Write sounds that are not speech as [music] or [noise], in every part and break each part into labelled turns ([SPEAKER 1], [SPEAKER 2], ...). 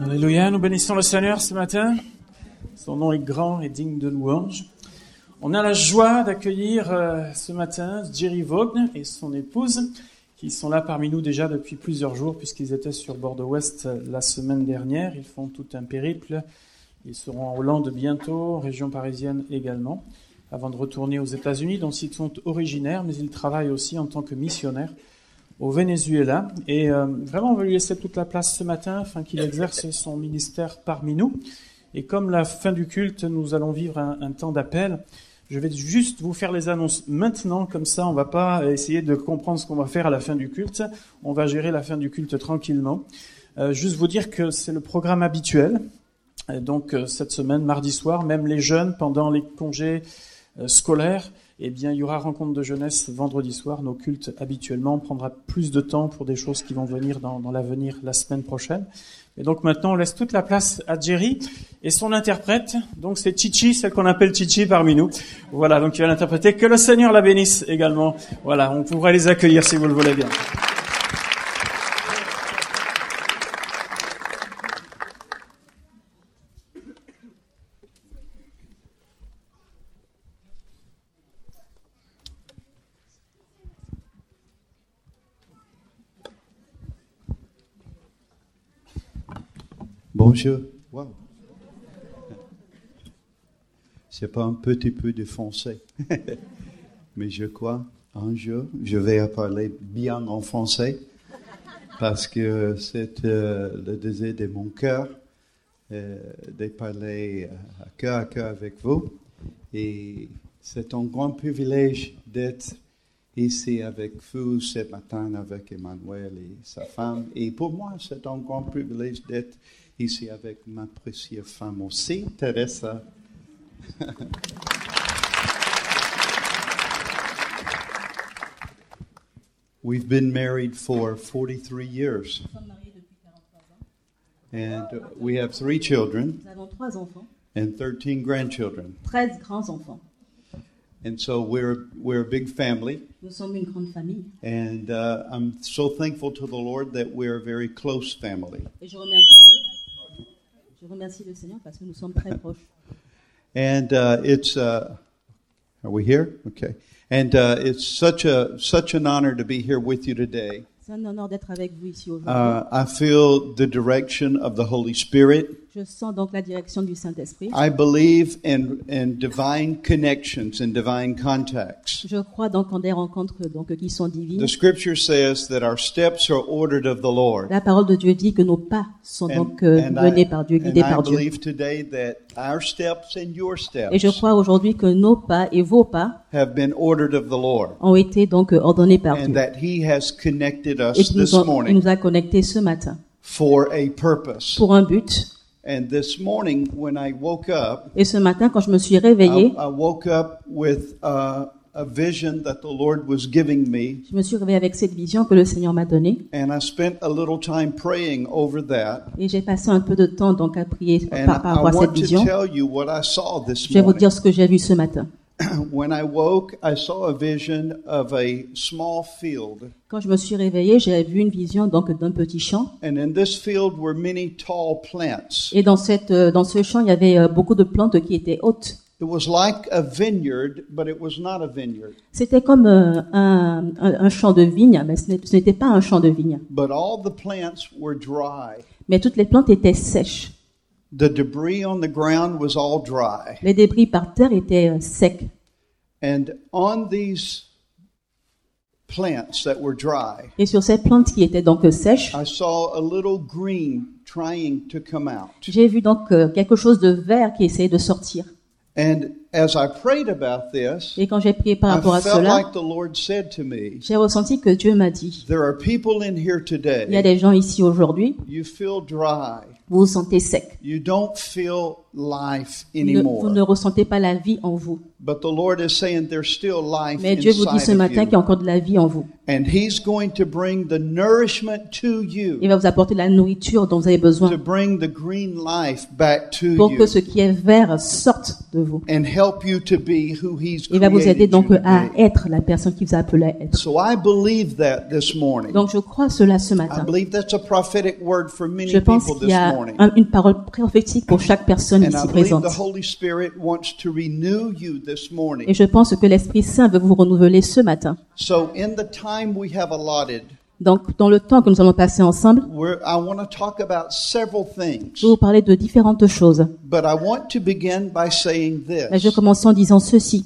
[SPEAKER 1] Alléluia, nous bénissons le Seigneur ce matin. Son nom est grand et digne de louange. On a la joie d'accueillir euh, ce matin Jerry Vaughan et son épouse qui sont là parmi nous déjà depuis plusieurs jours puisqu'ils étaient sur Bordeaux-Ouest euh, la semaine dernière. Ils font tout un périple. Ils seront en Hollande bientôt, région parisienne également, avant de retourner aux États-Unis dont ils sont originaires, mais ils travaillent aussi en tant que missionnaires au Venezuela. Et euh, vraiment, on va lui laisser toute la place ce matin afin qu'il exerce son ministère parmi nous. Et comme la fin du culte, nous allons vivre un, un temps d'appel. Je vais juste vous faire les annonces maintenant, comme ça on va pas essayer de comprendre ce qu'on va faire à la fin du culte. On va gérer la fin du culte tranquillement. Euh, juste vous dire que c'est le programme habituel. Et donc euh, cette semaine, mardi soir, même les jeunes pendant les congés euh, scolaires, eh bien il y aura rencontre de jeunesse vendredi soir. Nos cultes habituellement on prendra plus de temps pour des choses qui vont venir dans, dans l'avenir la semaine prochaine. Et donc maintenant on laisse toute la place à Jerry et son interprète. Donc c'est Chichi, celle qu'on appelle Chichi parmi nous. Voilà, donc il va l'interpréter. Que le Seigneur la bénisse également. Voilà, on pourra les accueillir si vous le voulez bien.
[SPEAKER 2] Bon, monsieur. Wow. C'est pas un petit peu de français. [laughs] Mais je crois, un jour, je vais parler bien en français. Parce que c'est euh, le désir de mon cœur euh, de parler euh, à cœur à cœur avec vous. Et c'est un grand privilège d'être ici avec vous ce matin avec Emmanuel et sa femme. Et pour moi, c'est un grand privilège d'être ici avec ma précieuse femme aussi, Teresa. We've been married for 43 years,
[SPEAKER 3] Nous sommes mariés depuis 43 ans.
[SPEAKER 2] and we have three children
[SPEAKER 3] Nous avons trois enfants,
[SPEAKER 2] and 13 grandchildren.
[SPEAKER 3] 13 grands-enfants.
[SPEAKER 2] And so we're, we're a big family,
[SPEAKER 3] Nous sommes une grande famille
[SPEAKER 2] and uh, I'm so thankful to the Lord that we're a very close family.
[SPEAKER 3] et je remercie Dieu. Je remercie le Seigneur parce que nous sommes très proches.
[SPEAKER 2] And uh, it's, uh, are we here? Okay. And uh, it's such a such an honor to be here with you today.
[SPEAKER 3] C'est un honneur d'être avec vous ici aujourd'hui.
[SPEAKER 2] Uh, I feel the direction of the Holy Spirit.
[SPEAKER 3] Je sens donc la direction du Saint-Esprit.
[SPEAKER 2] I believe in in divine connections and divine contacts.
[SPEAKER 3] Je crois donc en des rencontres donc, qui sont divines.
[SPEAKER 2] The Scripture says that our steps are ordered of the Lord.
[SPEAKER 3] La parole de Dieu dit que nos pas sont donc euh, menés par Dieu,
[SPEAKER 2] and
[SPEAKER 3] guidés
[SPEAKER 2] I
[SPEAKER 3] par Dieu.
[SPEAKER 2] believe today that our steps and your
[SPEAKER 3] Et je
[SPEAKER 2] steps
[SPEAKER 3] crois aujourd'hui que nos pas et vos pas
[SPEAKER 2] have been ordered of the Lord,
[SPEAKER 3] ont été donc euh, ordonnés par Dieu.
[SPEAKER 2] and that He has connected
[SPEAKER 3] Et
[SPEAKER 2] us
[SPEAKER 3] qu'il nous,
[SPEAKER 2] this
[SPEAKER 3] ont- il
[SPEAKER 2] morning
[SPEAKER 3] nous a connectés ce matin
[SPEAKER 2] for a purpose.
[SPEAKER 3] pour un but.
[SPEAKER 2] And this morning, when I woke up,
[SPEAKER 3] Et ce matin, quand je me suis
[SPEAKER 2] I,
[SPEAKER 3] réveillée,
[SPEAKER 2] I woke up with uh, a vision that the Lord was giving me,
[SPEAKER 3] Je me suis réveillée avec cette vision que le Seigneur m'a donnée
[SPEAKER 2] and I spent a little time praying over that.
[SPEAKER 3] et j'ai passé un peu de temps donc à prier
[SPEAKER 2] And
[SPEAKER 3] par, par
[SPEAKER 2] I
[SPEAKER 3] rapport à cette
[SPEAKER 2] want to
[SPEAKER 3] vision.
[SPEAKER 2] tell you what I saw this
[SPEAKER 3] Je vais vous
[SPEAKER 2] morning.
[SPEAKER 3] dire ce que j'ai vu ce matin.
[SPEAKER 2] [clears throat] When I woke, I saw a vision of a small field,
[SPEAKER 3] Quand je me suis réveillée, j'ai vu une vision donc d'un petit champ
[SPEAKER 2] and in this field were many tall plants.
[SPEAKER 3] et dans cette euh, dans ce champ, il y avait euh, beaucoup de plantes qui étaient hautes.
[SPEAKER 2] It was like a vineyard, but it was not a vineyard.
[SPEAKER 3] C'était comme euh, un, un- un champ de vigne, mais ce n'est- ce n'était pas un champ de vigne.
[SPEAKER 2] But all the plants were dry.
[SPEAKER 3] Mais toutes les plantes étaient sèches.
[SPEAKER 2] The debris on the ground was all dry.
[SPEAKER 3] Les débris par terre étaient euh, secs.
[SPEAKER 2] And on these plants that were dry,
[SPEAKER 3] Et sur ces plantes qui étaient donc euh, sèches,
[SPEAKER 2] I saw a little green trying to come out.
[SPEAKER 3] j'ai vu donc euh, quelque chose de vert qui essayait de sortir.
[SPEAKER 2] And as I prayed about this,
[SPEAKER 3] Et quand j'ai prié par
[SPEAKER 2] I
[SPEAKER 3] rapport à
[SPEAKER 2] felt
[SPEAKER 3] cela,
[SPEAKER 2] like the Lord said to me,
[SPEAKER 3] J'ai ressenti que Dieu m'a dit,
[SPEAKER 2] There are people in here
[SPEAKER 3] il y a
[SPEAKER 2] today,
[SPEAKER 3] des gens ici aujourd'hui,
[SPEAKER 2] you feel dry.
[SPEAKER 3] vous vous sentez sec.
[SPEAKER 2] You don't feel life
[SPEAKER 3] Vous ne, vous ne
[SPEAKER 2] anymore.
[SPEAKER 3] ressentez pas la vie en vous.
[SPEAKER 2] But the Lord is saying there's still life
[SPEAKER 3] Mais Dieu vous dit ce
[SPEAKER 2] inside of
[SPEAKER 3] matin qu'il y
[SPEAKER 2] you.
[SPEAKER 3] a encore de la vie en vous.
[SPEAKER 2] And He's going to bring the nourishment to
[SPEAKER 3] Il
[SPEAKER 2] you
[SPEAKER 3] va vous apporter la nourriture dont vous avez
[SPEAKER 2] to
[SPEAKER 3] besoin
[SPEAKER 2] bring the green life back to
[SPEAKER 3] pour que
[SPEAKER 2] you.
[SPEAKER 3] ce qui est vert sorte de vous
[SPEAKER 2] and help you to be who He's
[SPEAKER 3] Il va vous aider
[SPEAKER 2] created
[SPEAKER 3] donc
[SPEAKER 2] you to
[SPEAKER 3] à
[SPEAKER 2] be.
[SPEAKER 3] être la personne qui vous a appelé à être.
[SPEAKER 2] So I believe that this morning.
[SPEAKER 3] Donc je crois cela ce
[SPEAKER 2] I
[SPEAKER 3] matin.
[SPEAKER 2] believe that's a prophetic word for many
[SPEAKER 3] Je pense
[SPEAKER 2] people
[SPEAKER 3] qu'il y
[SPEAKER 2] this
[SPEAKER 3] a
[SPEAKER 2] morning.
[SPEAKER 3] un- une parole prophétique pour chaque personne
[SPEAKER 2] And I
[SPEAKER 3] ici
[SPEAKER 2] believe
[SPEAKER 3] présente.
[SPEAKER 2] the Holy Spirit wants to renew you this
[SPEAKER 3] Et
[SPEAKER 2] morning.
[SPEAKER 3] je pense que l'Esprit Saint veut vous renouveler ce matin.
[SPEAKER 2] So in the time we have allotted,
[SPEAKER 3] Donc dans le temps que nous allons passer ensemble,
[SPEAKER 2] we're, I want to talk about several things,
[SPEAKER 3] je vais vous parler de différentes choses.
[SPEAKER 2] but I want to begin by saying
[SPEAKER 3] Mais je
[SPEAKER 2] this.
[SPEAKER 3] commence en disant ceci.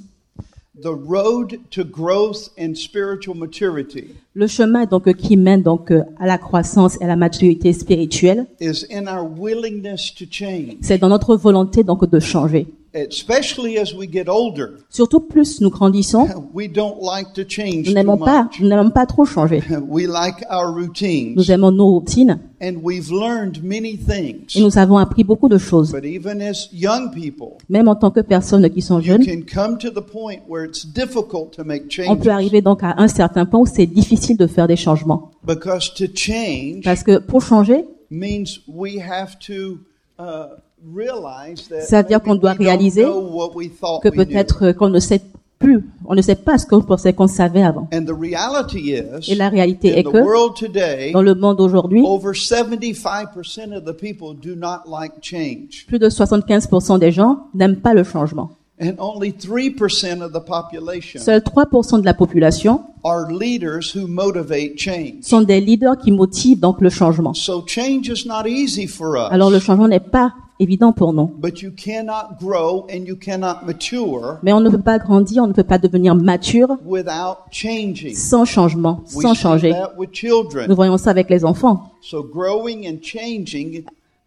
[SPEAKER 2] The road to growth and spiritual maturity
[SPEAKER 3] Le chemin donc qui mène donc euh, à la croissance et à la maturité spirituelle,
[SPEAKER 2] is in our willingness to change,
[SPEAKER 3] c'est dans notre volonté donc de changer.
[SPEAKER 2] especially as we get older.
[SPEAKER 3] Surtout plus
[SPEAKER 2] [laughs]
[SPEAKER 3] nous grandissons,
[SPEAKER 2] We don't like to change
[SPEAKER 3] nous
[SPEAKER 2] too
[SPEAKER 3] n'aimons pas,
[SPEAKER 2] much.
[SPEAKER 3] nous n'aimons pas trop changer.
[SPEAKER 2] We like our routines.
[SPEAKER 3] Nous aimons nos routines
[SPEAKER 2] And we've learned many things.
[SPEAKER 3] et nous avons appris beaucoup de choses.
[SPEAKER 2] But even as young people,
[SPEAKER 3] Même en tant que personnes qui sont
[SPEAKER 2] you
[SPEAKER 3] jeunes,
[SPEAKER 2] can come to the point where it's difficult to make
[SPEAKER 3] on peut
[SPEAKER 2] changes.
[SPEAKER 3] arriver donc à un certain point où c'est difficile de faire des changements.
[SPEAKER 2] Because to change
[SPEAKER 3] Parce que pour changer,
[SPEAKER 2] means we have to uh, realize that
[SPEAKER 3] Ça veut dire
[SPEAKER 2] maybe
[SPEAKER 3] qu'on doit
[SPEAKER 2] we don't
[SPEAKER 3] réaliser
[SPEAKER 2] know what we thought
[SPEAKER 3] que
[SPEAKER 2] we knew.
[SPEAKER 3] peut-être euh, qu'on ne sait plus, on ne sait pas ce qu'on pensait qu'on savait avant.
[SPEAKER 2] And the reality is,
[SPEAKER 3] Et la réalité est
[SPEAKER 2] in the
[SPEAKER 3] que
[SPEAKER 2] world today,
[SPEAKER 3] dans le monde d'aujourd'hui,
[SPEAKER 2] over 75% of the people do not like change.
[SPEAKER 3] plus de 75% des gens n'aiment pas le changement.
[SPEAKER 2] And only 3% of the population
[SPEAKER 3] Seuls 3% de la population
[SPEAKER 2] are leaders who motivate change.
[SPEAKER 3] sont des leaders qui motivent donc le changement.
[SPEAKER 2] So change is not easy for us.
[SPEAKER 3] Alors le changement n'est pas évident pour nous.
[SPEAKER 2] But you cannot grow and you cannot mature
[SPEAKER 3] Mais on ne peut pas grandir, on ne peut pas devenir mature
[SPEAKER 2] without changing.
[SPEAKER 3] sans changement,
[SPEAKER 2] We
[SPEAKER 3] sans
[SPEAKER 2] see
[SPEAKER 3] changer.
[SPEAKER 2] that with
[SPEAKER 3] Nous
[SPEAKER 2] children.
[SPEAKER 3] voyons ça avec les enfants.
[SPEAKER 2] So growing and changing is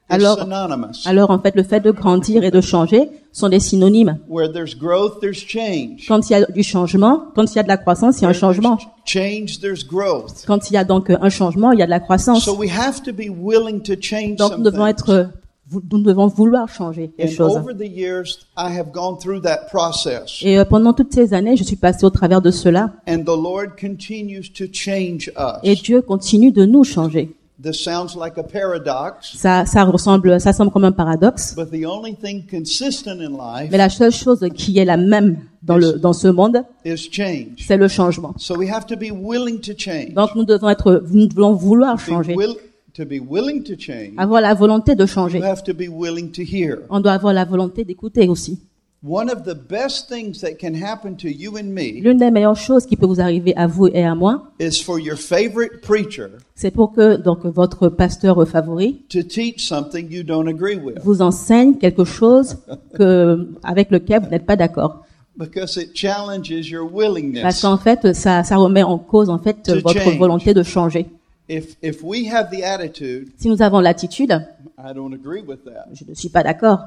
[SPEAKER 3] Alors-
[SPEAKER 2] synonymous.
[SPEAKER 3] Alors en fait, le fait de grandir et de changer sont des synonymes.
[SPEAKER 2] Where there's growth, there's change.
[SPEAKER 3] Quand il y a du changement, quand il y a de la croissance, il y a un
[SPEAKER 2] Where there's
[SPEAKER 3] changement.
[SPEAKER 2] Change, there's growth.
[SPEAKER 3] Quand il y a donc euh, un changement, il y a de la croissance.
[SPEAKER 2] So we have to be willing to change
[SPEAKER 3] Donc nous
[SPEAKER 2] some
[SPEAKER 3] devons
[SPEAKER 2] things.
[SPEAKER 3] être, euh, vou- nous devons vouloir changer les
[SPEAKER 2] And
[SPEAKER 3] choses.
[SPEAKER 2] over the years, I have gone through that process.
[SPEAKER 3] Et euh, pendant toutes ces années, je suis passée au travers de cela.
[SPEAKER 2] And the Lord continues to change us.
[SPEAKER 3] Et Dieu continue de nous changer.
[SPEAKER 2] This sounds like a paradox,
[SPEAKER 3] Ça, ça ressemble, ça semble comme un paradoxe.
[SPEAKER 2] but the only thing consistent in life
[SPEAKER 3] Mais la seule chose qui est la même dans le, dans ce monde,
[SPEAKER 2] is change.
[SPEAKER 3] c'est le changement.
[SPEAKER 2] So we have to be willing to change.
[SPEAKER 3] Donc nous devons être, nous devons vouloir
[SPEAKER 2] Be
[SPEAKER 3] changer.
[SPEAKER 2] will- to be willing to change,
[SPEAKER 3] Avoir la volonté de changer.
[SPEAKER 2] you have to be willing to hear.
[SPEAKER 3] On doit avoir la volonté d'écouter aussi.
[SPEAKER 2] One of the best things that can happen to you and me
[SPEAKER 3] L'une des meilleures choses qui peut vous arriver à vous et à moi,
[SPEAKER 2] is for your favorite preacher
[SPEAKER 3] c'est pour que donc votre pasteur favori
[SPEAKER 2] to teach something you don't agree with
[SPEAKER 3] vous enseigne quelque chose que, avec lequel vous n'êtes pas d'accord.
[SPEAKER 2] because it challenges your
[SPEAKER 3] Parce
[SPEAKER 2] willingness.
[SPEAKER 3] qu'en fait, ça, ça remet en cause en fait
[SPEAKER 2] To
[SPEAKER 3] votre
[SPEAKER 2] change.
[SPEAKER 3] volonté de changer.
[SPEAKER 2] If, if we have the attitude,
[SPEAKER 3] Si nous avons l'attitude,
[SPEAKER 2] I don't agree with that,
[SPEAKER 3] je ne suis pas d'accord,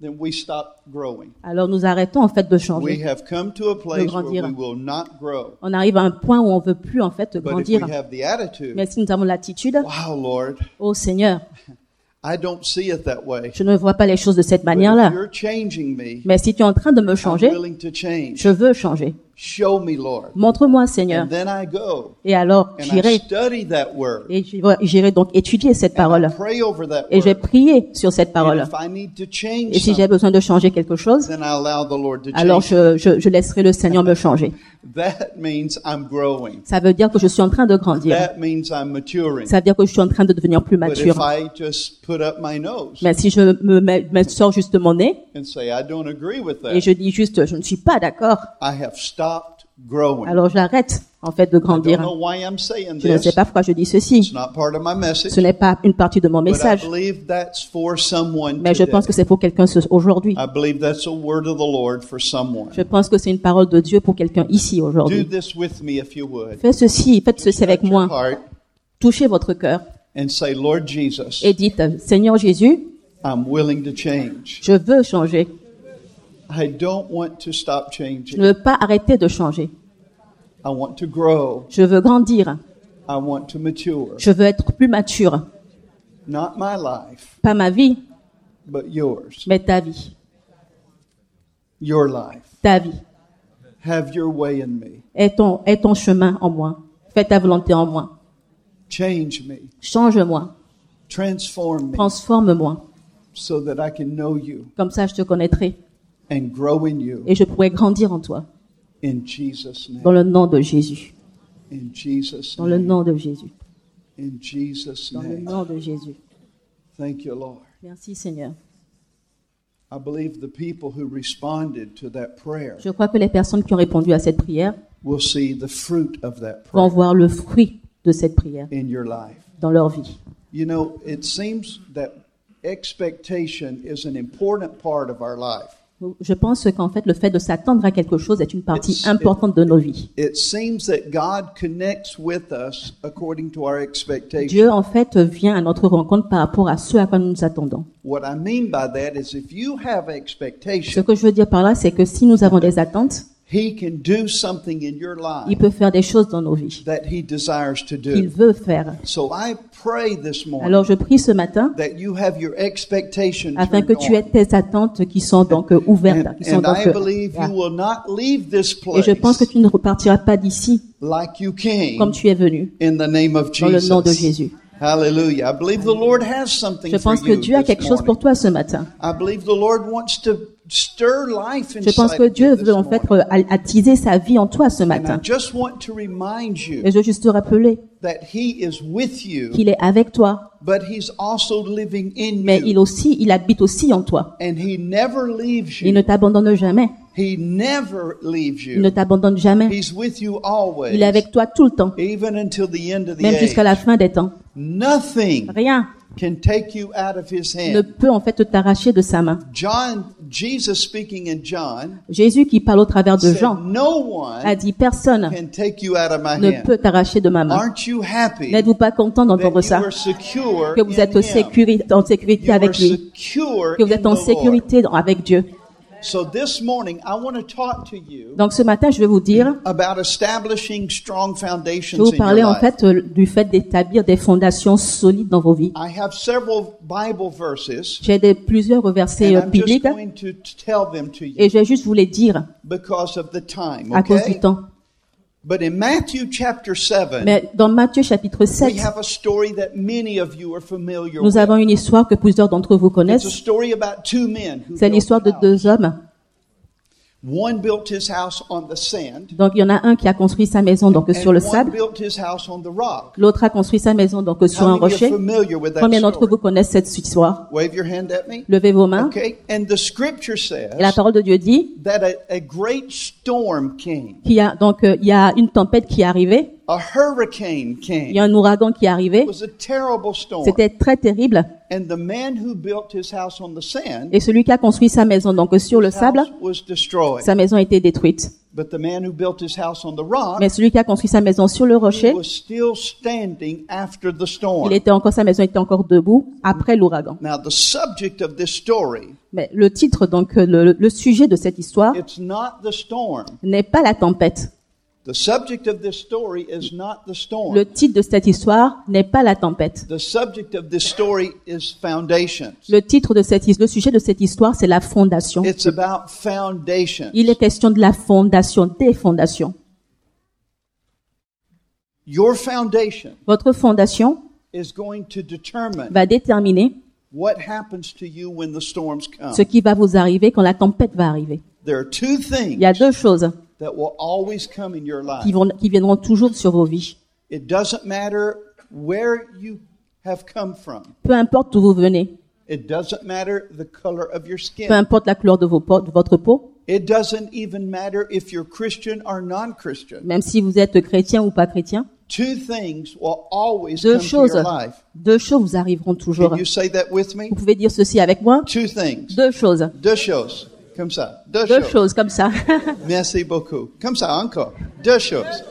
[SPEAKER 2] then we stop growing.
[SPEAKER 3] alors nous arrêtons en fait de
[SPEAKER 2] We
[SPEAKER 3] changer.
[SPEAKER 2] have come to a place where
[SPEAKER 3] grandir.
[SPEAKER 2] we will not grow.
[SPEAKER 3] On arrive à un point où on veut plus en fait
[SPEAKER 2] But if we
[SPEAKER 3] grandir.
[SPEAKER 2] have the attitude,
[SPEAKER 3] Mais si nous avons l'attitude,
[SPEAKER 2] Bah, wow, Lord,
[SPEAKER 3] oh Seigneur,
[SPEAKER 2] I don't see it that way.
[SPEAKER 3] je ne vois pas les choses de cette
[SPEAKER 2] But
[SPEAKER 3] manière-là.
[SPEAKER 2] if you're changing me.
[SPEAKER 3] Mais si tu es en train de me changer,
[SPEAKER 2] I'm willing to change.
[SPEAKER 3] je veux changer.
[SPEAKER 2] Show me, Lord.
[SPEAKER 3] Montre-moi, Seigneur.
[SPEAKER 2] And then I go
[SPEAKER 3] Et alors,
[SPEAKER 2] and I
[SPEAKER 3] j'irai.
[SPEAKER 2] study that word.
[SPEAKER 3] Et j'irai- j'irai donc étudier cette
[SPEAKER 2] And I
[SPEAKER 3] parole.
[SPEAKER 2] pray over that
[SPEAKER 3] Et je vais
[SPEAKER 2] word.
[SPEAKER 3] prier sur cette
[SPEAKER 2] And
[SPEAKER 3] parole.
[SPEAKER 2] if I need to
[SPEAKER 3] Et
[SPEAKER 2] change
[SPEAKER 3] si j'ai
[SPEAKER 2] something,
[SPEAKER 3] besoin de changer quelque chose,
[SPEAKER 2] then I allow the Lord to
[SPEAKER 3] alors
[SPEAKER 2] change.
[SPEAKER 3] je, je, je laisserai le Seigneur me changer.
[SPEAKER 2] That means I'm growing.
[SPEAKER 3] Ça veut dire que je suis en train de grandir.
[SPEAKER 2] That means I'm maturing.
[SPEAKER 3] Ça veut dire que je suis en train de devenir plus
[SPEAKER 2] But if
[SPEAKER 3] mature.
[SPEAKER 2] I just put up my nose
[SPEAKER 3] Mais si je me, mets- me sors juste mon nez
[SPEAKER 2] and say I don't agree with
[SPEAKER 3] et
[SPEAKER 2] that,
[SPEAKER 3] je dis juste je ne suis pas d'accord,
[SPEAKER 2] I have stopped growing. I
[SPEAKER 3] alors j'arrête en fait de
[SPEAKER 2] don't know
[SPEAKER 3] grandir.
[SPEAKER 2] why I'm saying
[SPEAKER 3] Je ne
[SPEAKER 2] this.
[SPEAKER 3] sais pas pourquoi je dis
[SPEAKER 2] It's
[SPEAKER 3] ceci.
[SPEAKER 2] not part of my
[SPEAKER 3] Ce
[SPEAKER 2] message.
[SPEAKER 3] n'est pas une partie de mon
[SPEAKER 2] But I
[SPEAKER 3] message,
[SPEAKER 2] believe that's for someone
[SPEAKER 3] mais je
[SPEAKER 2] today.
[SPEAKER 3] pense que c'est pour quelqu'un ce- aujourd'hui.
[SPEAKER 2] I believe that's a word of the Lord for someone.
[SPEAKER 3] Je pense que c'est une parole de Dieu pour quelqu'un ici
[SPEAKER 2] Do
[SPEAKER 3] aujourd'hui.
[SPEAKER 2] this with me if you would.
[SPEAKER 3] Faites ceci, faites ceci avec
[SPEAKER 2] Touch your
[SPEAKER 3] moi.
[SPEAKER 2] heart
[SPEAKER 3] Touchez votre cœur
[SPEAKER 2] and say, Lord Jesus,
[SPEAKER 3] et dites, Seigneur Jésus,
[SPEAKER 2] I'm willing to change.
[SPEAKER 3] je veux changer.
[SPEAKER 2] I don't want to stop
[SPEAKER 3] Je ne
[SPEAKER 2] changing.
[SPEAKER 3] veux pas arrêter de changer.
[SPEAKER 2] I want to grow.
[SPEAKER 3] Je veux grandir.
[SPEAKER 2] I want to mature.
[SPEAKER 3] Je veux être plus mature.
[SPEAKER 2] Not my life,
[SPEAKER 3] Pas ma vie,
[SPEAKER 2] but yours.
[SPEAKER 3] mais ta vie.
[SPEAKER 2] Your life.
[SPEAKER 3] Ta vie.
[SPEAKER 2] Have your way in me.
[SPEAKER 3] Est ton, est ton chemin en moi. Fais ta volonté en moi.
[SPEAKER 2] Change me.
[SPEAKER 3] Change-moi.
[SPEAKER 2] Transform me
[SPEAKER 3] Transforme-moi.
[SPEAKER 2] so that I can know you.
[SPEAKER 3] Comme ça, je te connaîtrai.
[SPEAKER 2] and grow in you.
[SPEAKER 3] et je pourrai grandir en toi.
[SPEAKER 2] In Jesus' name.
[SPEAKER 3] Dans le nom de Jésus.
[SPEAKER 2] In Jesus'
[SPEAKER 3] Dans le
[SPEAKER 2] name.
[SPEAKER 3] nom de Jésus.
[SPEAKER 2] In Jesus'
[SPEAKER 3] Dans le
[SPEAKER 2] name.
[SPEAKER 3] nom de Jésus.
[SPEAKER 2] Thank you, Lord.
[SPEAKER 3] Merci Seigneur.
[SPEAKER 2] I believe the people who responded to that prayer
[SPEAKER 3] Je crois que les personnes qui ont répondu à cette prière
[SPEAKER 2] will see the fruit of that
[SPEAKER 3] vont
[SPEAKER 2] prayer
[SPEAKER 3] voir le fruit de cette prière
[SPEAKER 2] in your life.
[SPEAKER 3] dans leur vie.
[SPEAKER 2] You know, it seems that expectation is an important part of our life.
[SPEAKER 3] Je pense qu'en fait, le fait de s'attendre à quelque chose est une partie
[SPEAKER 2] It's-
[SPEAKER 3] importante de nos vies.
[SPEAKER 2] It seems that God connects with us according to our expectation.
[SPEAKER 3] Dieu, en fait, vient à notre rencontre par rapport à ce à quoi nous nous attendons.
[SPEAKER 2] What I mean by that is if you have
[SPEAKER 3] Ce
[SPEAKER 2] expectation,
[SPEAKER 3] que je veux dire par là, c'est que si nous avons des attentes,
[SPEAKER 2] He can do something in your
[SPEAKER 3] il
[SPEAKER 2] life
[SPEAKER 3] peut faire des choses dans nos vies
[SPEAKER 2] that He desires to
[SPEAKER 3] qu'il
[SPEAKER 2] do.
[SPEAKER 3] veut faire.
[SPEAKER 2] So I pray this morning
[SPEAKER 3] Alors, je prie ce matin
[SPEAKER 2] that you have your expectations
[SPEAKER 3] afin que
[SPEAKER 2] turned
[SPEAKER 3] tu aies
[SPEAKER 2] on.
[SPEAKER 3] tes attentes qui sont donc euh, ouvertes,
[SPEAKER 2] And,
[SPEAKER 3] qui sont
[SPEAKER 2] and
[SPEAKER 3] donc
[SPEAKER 2] I
[SPEAKER 3] euh,
[SPEAKER 2] believe you will not leave this
[SPEAKER 3] et
[SPEAKER 2] place
[SPEAKER 3] je pense que tu ne repartiras pas d'ici
[SPEAKER 2] like you came
[SPEAKER 3] comme tu es venu
[SPEAKER 2] in the name of
[SPEAKER 3] dans le
[SPEAKER 2] Jesus.
[SPEAKER 3] nom de Jésus.
[SPEAKER 2] Hallelujah. I believe the Lord has something
[SPEAKER 3] Je pense
[SPEAKER 2] for
[SPEAKER 3] que
[SPEAKER 2] you
[SPEAKER 3] Dieu a
[SPEAKER 2] this
[SPEAKER 3] quelque chose pour
[SPEAKER 2] morning.
[SPEAKER 3] toi ce matin.
[SPEAKER 2] I believe the Lord wants to stir life
[SPEAKER 3] Je
[SPEAKER 2] inside
[SPEAKER 3] pense que
[SPEAKER 2] of you
[SPEAKER 3] Dieu
[SPEAKER 2] this
[SPEAKER 3] veut en fait
[SPEAKER 2] morning.
[SPEAKER 3] euh, attiser sa vie en toi ce
[SPEAKER 2] And I
[SPEAKER 3] matin.
[SPEAKER 2] just want to remind you
[SPEAKER 3] Et je veux juste te rappeler
[SPEAKER 2] that He is with you,
[SPEAKER 3] qu'il est avec toi,
[SPEAKER 2] but He's also living in
[SPEAKER 3] mais il
[SPEAKER 2] you.
[SPEAKER 3] aussi, il habite aussi en toi.
[SPEAKER 2] And He never leaves
[SPEAKER 3] Il ne
[SPEAKER 2] you.
[SPEAKER 3] t'abandonne jamais.
[SPEAKER 2] He never leaves
[SPEAKER 3] Il ne
[SPEAKER 2] you.
[SPEAKER 3] t'abandonne jamais.
[SPEAKER 2] He's with you
[SPEAKER 3] Il est
[SPEAKER 2] always,
[SPEAKER 3] avec toi tout le temps,
[SPEAKER 2] even until the end of the
[SPEAKER 3] même
[SPEAKER 2] age.
[SPEAKER 3] jusqu'à la fin des temps.
[SPEAKER 2] Nothing
[SPEAKER 3] Rien
[SPEAKER 2] can take you out of His
[SPEAKER 3] ne
[SPEAKER 2] hand.
[SPEAKER 3] peut en fait t'arracher de sa main.
[SPEAKER 2] John, Jesus speaking in John,
[SPEAKER 3] Jésus qui parle au travers de
[SPEAKER 2] said,
[SPEAKER 3] Jean
[SPEAKER 2] No one
[SPEAKER 3] a dit personne
[SPEAKER 2] can take you out of my
[SPEAKER 3] ne
[SPEAKER 2] hand.
[SPEAKER 3] peut t'arracher de ma main.
[SPEAKER 2] Aren't you happy
[SPEAKER 3] N'êtes-vous pas content
[SPEAKER 2] that
[SPEAKER 3] d'entendre
[SPEAKER 2] you
[SPEAKER 3] ça
[SPEAKER 2] are secure
[SPEAKER 3] Que vous êtes
[SPEAKER 2] in
[SPEAKER 3] au
[SPEAKER 2] him?
[SPEAKER 3] sécuri- en sécurité
[SPEAKER 2] You are
[SPEAKER 3] avec lui,
[SPEAKER 2] secure
[SPEAKER 3] que vous
[SPEAKER 2] in
[SPEAKER 3] êtes en
[SPEAKER 2] the Lord.
[SPEAKER 3] sécurité dans- avec Dieu.
[SPEAKER 2] So this morning, I want to talk to you
[SPEAKER 3] Donc ce matin, je vais vous dire,
[SPEAKER 2] about establishing strong
[SPEAKER 3] je vais
[SPEAKER 2] foundations
[SPEAKER 3] vous
[SPEAKER 2] in your
[SPEAKER 3] parler en
[SPEAKER 2] life.
[SPEAKER 3] fait euh, du fait d'établir des fondations solides dans vos vies.
[SPEAKER 2] I have several Bible verses,
[SPEAKER 3] J'ai des- plusieurs versets
[SPEAKER 2] and
[SPEAKER 3] euh,
[SPEAKER 2] I'm just
[SPEAKER 3] bibliques
[SPEAKER 2] going to tell them to
[SPEAKER 3] et
[SPEAKER 2] you
[SPEAKER 3] je vais juste vous les dire
[SPEAKER 2] because of the time,
[SPEAKER 3] à cause du
[SPEAKER 2] okay?
[SPEAKER 3] temps.
[SPEAKER 2] But in Matthew chapter 7,
[SPEAKER 3] Mais dans Matthieu chapitre
[SPEAKER 2] we
[SPEAKER 3] 7,
[SPEAKER 2] have a story that many of you are familiar
[SPEAKER 3] nous
[SPEAKER 2] with.
[SPEAKER 3] avons une histoire que plusieurs d'entre vous
[SPEAKER 2] It's a
[SPEAKER 3] connaissent.
[SPEAKER 2] story about two men. who
[SPEAKER 3] C'est
[SPEAKER 2] built
[SPEAKER 3] l'histoire
[SPEAKER 2] a
[SPEAKER 3] de
[SPEAKER 2] house.
[SPEAKER 3] deux hommes.
[SPEAKER 2] One built his house on the sand,
[SPEAKER 3] Donc il y en a un qui a construit sa maison donc
[SPEAKER 2] and
[SPEAKER 3] sur le
[SPEAKER 2] one
[SPEAKER 3] sable,
[SPEAKER 2] built his house on the rock.
[SPEAKER 3] l'autre a construit sa maison donc sur
[SPEAKER 2] How
[SPEAKER 3] un
[SPEAKER 2] many of you are
[SPEAKER 3] rocher.
[SPEAKER 2] familiar with that
[SPEAKER 3] Combien d'entre
[SPEAKER 2] story?
[SPEAKER 3] vous connaissent cette histoire
[SPEAKER 2] Wave your hand at me.
[SPEAKER 3] Levez vos mains.
[SPEAKER 2] Okay, and the scripture
[SPEAKER 3] Et la
[SPEAKER 2] says
[SPEAKER 3] parole de Dieu dit
[SPEAKER 2] that a, a great storm came,
[SPEAKER 3] qu'il y a donc euh, il y a une tempête qui est arrivée,
[SPEAKER 2] a hurricane
[SPEAKER 3] il y a
[SPEAKER 2] came.
[SPEAKER 3] un ouragan qui est arrivé.
[SPEAKER 2] It was a terrible storm,
[SPEAKER 3] C'était très terrible.
[SPEAKER 2] and the man who built his house on the sand
[SPEAKER 3] Et celui qui a construit sa maison donc euh, sur le
[SPEAKER 2] his house
[SPEAKER 3] sable,
[SPEAKER 2] was destroyed.
[SPEAKER 3] sa maison a été détruite.
[SPEAKER 2] But the man who built his house on the rock
[SPEAKER 3] Mais celui qui a construit sa maison sur le
[SPEAKER 2] he
[SPEAKER 3] rocher,
[SPEAKER 2] was still standing after the storm.
[SPEAKER 3] il était encore sa maison était encore debout après l'ouragan.
[SPEAKER 2] Now, the subject of this story,
[SPEAKER 3] Mais le titre donc euh, le, le sujet de cette histoire
[SPEAKER 2] it's not the storm.
[SPEAKER 3] n'est pas la tempête.
[SPEAKER 2] The subject of this story is not the storm.
[SPEAKER 3] Le titre de cette histoire n'est pas la tempête.
[SPEAKER 2] the subject of this story is foundations.
[SPEAKER 3] Le titre de cette his- le sujet de cette histoire c'est la fondation.
[SPEAKER 2] It's about foundations.
[SPEAKER 3] Oh. Il est question de la fondation des fondations.
[SPEAKER 2] Your foundation
[SPEAKER 3] Votre fondation
[SPEAKER 2] is going to determine
[SPEAKER 3] va déterminer
[SPEAKER 2] what happens to you when the storms come.
[SPEAKER 3] ce qui va vous arriver quand la tempête va arriver.
[SPEAKER 2] There are two
[SPEAKER 3] Il y a
[SPEAKER 2] things
[SPEAKER 3] deux choses
[SPEAKER 2] that will always come in your
[SPEAKER 3] qui,
[SPEAKER 2] life.
[SPEAKER 3] vont, qui viendront toujours sur vos vies.
[SPEAKER 2] It doesn't matter where you have come from.
[SPEAKER 3] Peu importe d'où vous venez,
[SPEAKER 2] It doesn't matter the color of your
[SPEAKER 3] peu
[SPEAKER 2] skin.
[SPEAKER 3] importe la couleur de, vos po- de votre peau,
[SPEAKER 2] It doesn't even matter if you're Christian or non-Christian.
[SPEAKER 3] même si vous êtes chrétien ou pas chrétien,
[SPEAKER 2] Two things will always
[SPEAKER 3] deux
[SPEAKER 2] come to
[SPEAKER 3] choses,
[SPEAKER 2] your life.
[SPEAKER 3] deux choses vous arriveront toujours.
[SPEAKER 2] Can you say that with me?
[SPEAKER 3] Vous pouvez dire ceci avec moi
[SPEAKER 2] Two things.
[SPEAKER 3] Deux choses.
[SPEAKER 2] Deux choses. Comme ça. Deux,
[SPEAKER 3] Deux
[SPEAKER 2] choses.
[SPEAKER 3] choses comme ça. [laughs]
[SPEAKER 2] Merci beaucoup. Comme ça, encore. Deux choses.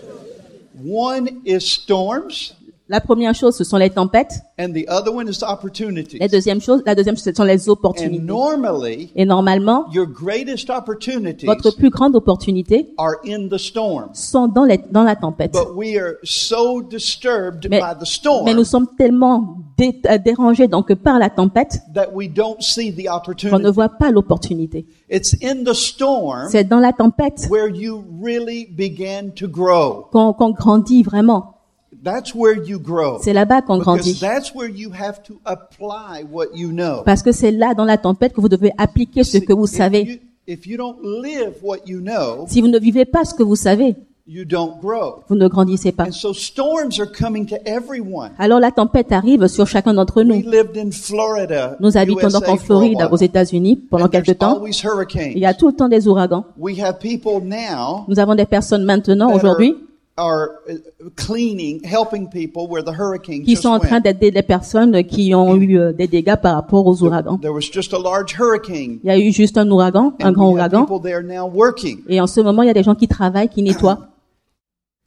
[SPEAKER 2] One is storms,
[SPEAKER 3] la première chose, ce sont les tempêtes.
[SPEAKER 2] and the other one is opportunities.
[SPEAKER 3] La deuxième chose, la deuxième, ce sont les
[SPEAKER 2] And
[SPEAKER 3] opportunités.
[SPEAKER 2] normally,
[SPEAKER 3] Et normalement,
[SPEAKER 2] your greatest opportunities
[SPEAKER 3] votre plus grande opportunité
[SPEAKER 2] are in the storm.
[SPEAKER 3] sont dans, les- dans la tempête.
[SPEAKER 2] But we are so disturbed
[SPEAKER 3] Mais,
[SPEAKER 2] by the storm
[SPEAKER 3] mais nous sommes tellement dé- euh, dérangés donc par la tempête
[SPEAKER 2] that we don't see the
[SPEAKER 3] qu'on ne
[SPEAKER 2] opportunity.
[SPEAKER 3] voit pas l'opportunité.
[SPEAKER 2] It's in the storm
[SPEAKER 3] C'est dans la tempête
[SPEAKER 2] where you really begin to grow.
[SPEAKER 3] qu'on qu'on grandit vraiment.
[SPEAKER 2] That's where you grow.
[SPEAKER 3] C'est là-bas qu'on
[SPEAKER 2] Because
[SPEAKER 3] grandit.
[SPEAKER 2] that's where you have to apply what you know.
[SPEAKER 3] Parce que c'est là, dans la tempête, que vous devez appliquer ce que vous
[SPEAKER 2] If
[SPEAKER 3] savez.
[SPEAKER 2] you- If, if you don't live what you know,
[SPEAKER 3] Si vous ne vivez pas ce que vous savez,
[SPEAKER 2] you don't grow.
[SPEAKER 3] vous ne grandissez pas.
[SPEAKER 2] And so storms are coming to everyone.
[SPEAKER 3] Alors la tempête arrive sur chacun d'entre
[SPEAKER 2] We
[SPEAKER 3] nous.
[SPEAKER 2] lived in Florida,
[SPEAKER 3] Nous habitons
[SPEAKER 2] USA
[SPEAKER 3] donc
[SPEAKER 2] for
[SPEAKER 3] en
[SPEAKER 2] a
[SPEAKER 3] Floride,
[SPEAKER 2] while,
[SPEAKER 3] aux États-Unis, pendant
[SPEAKER 2] and
[SPEAKER 3] quelque
[SPEAKER 2] there's
[SPEAKER 3] temps.
[SPEAKER 2] always
[SPEAKER 3] Il y a
[SPEAKER 2] hurricanes.
[SPEAKER 3] tout le temps des ouragans.
[SPEAKER 2] We have people now
[SPEAKER 3] Nous avons des personnes maintenant,
[SPEAKER 2] that are-
[SPEAKER 3] aujourd'hui,
[SPEAKER 2] are uh, cleaning, helping people where the hurricane
[SPEAKER 3] qui
[SPEAKER 2] just
[SPEAKER 3] sont
[SPEAKER 2] went.
[SPEAKER 3] en train d'aider les personnes qui ont eu euh, des dégâts par rapport aux ouragans.
[SPEAKER 2] There was just a large hurricane.
[SPEAKER 3] Il y a eu juste un ouragan, un
[SPEAKER 2] and
[SPEAKER 3] grand
[SPEAKER 2] we have
[SPEAKER 3] ouragan.
[SPEAKER 2] people there now working.
[SPEAKER 3] Et en ce moment, il y a des gens qui travaillent, qui [coughs] nettoient.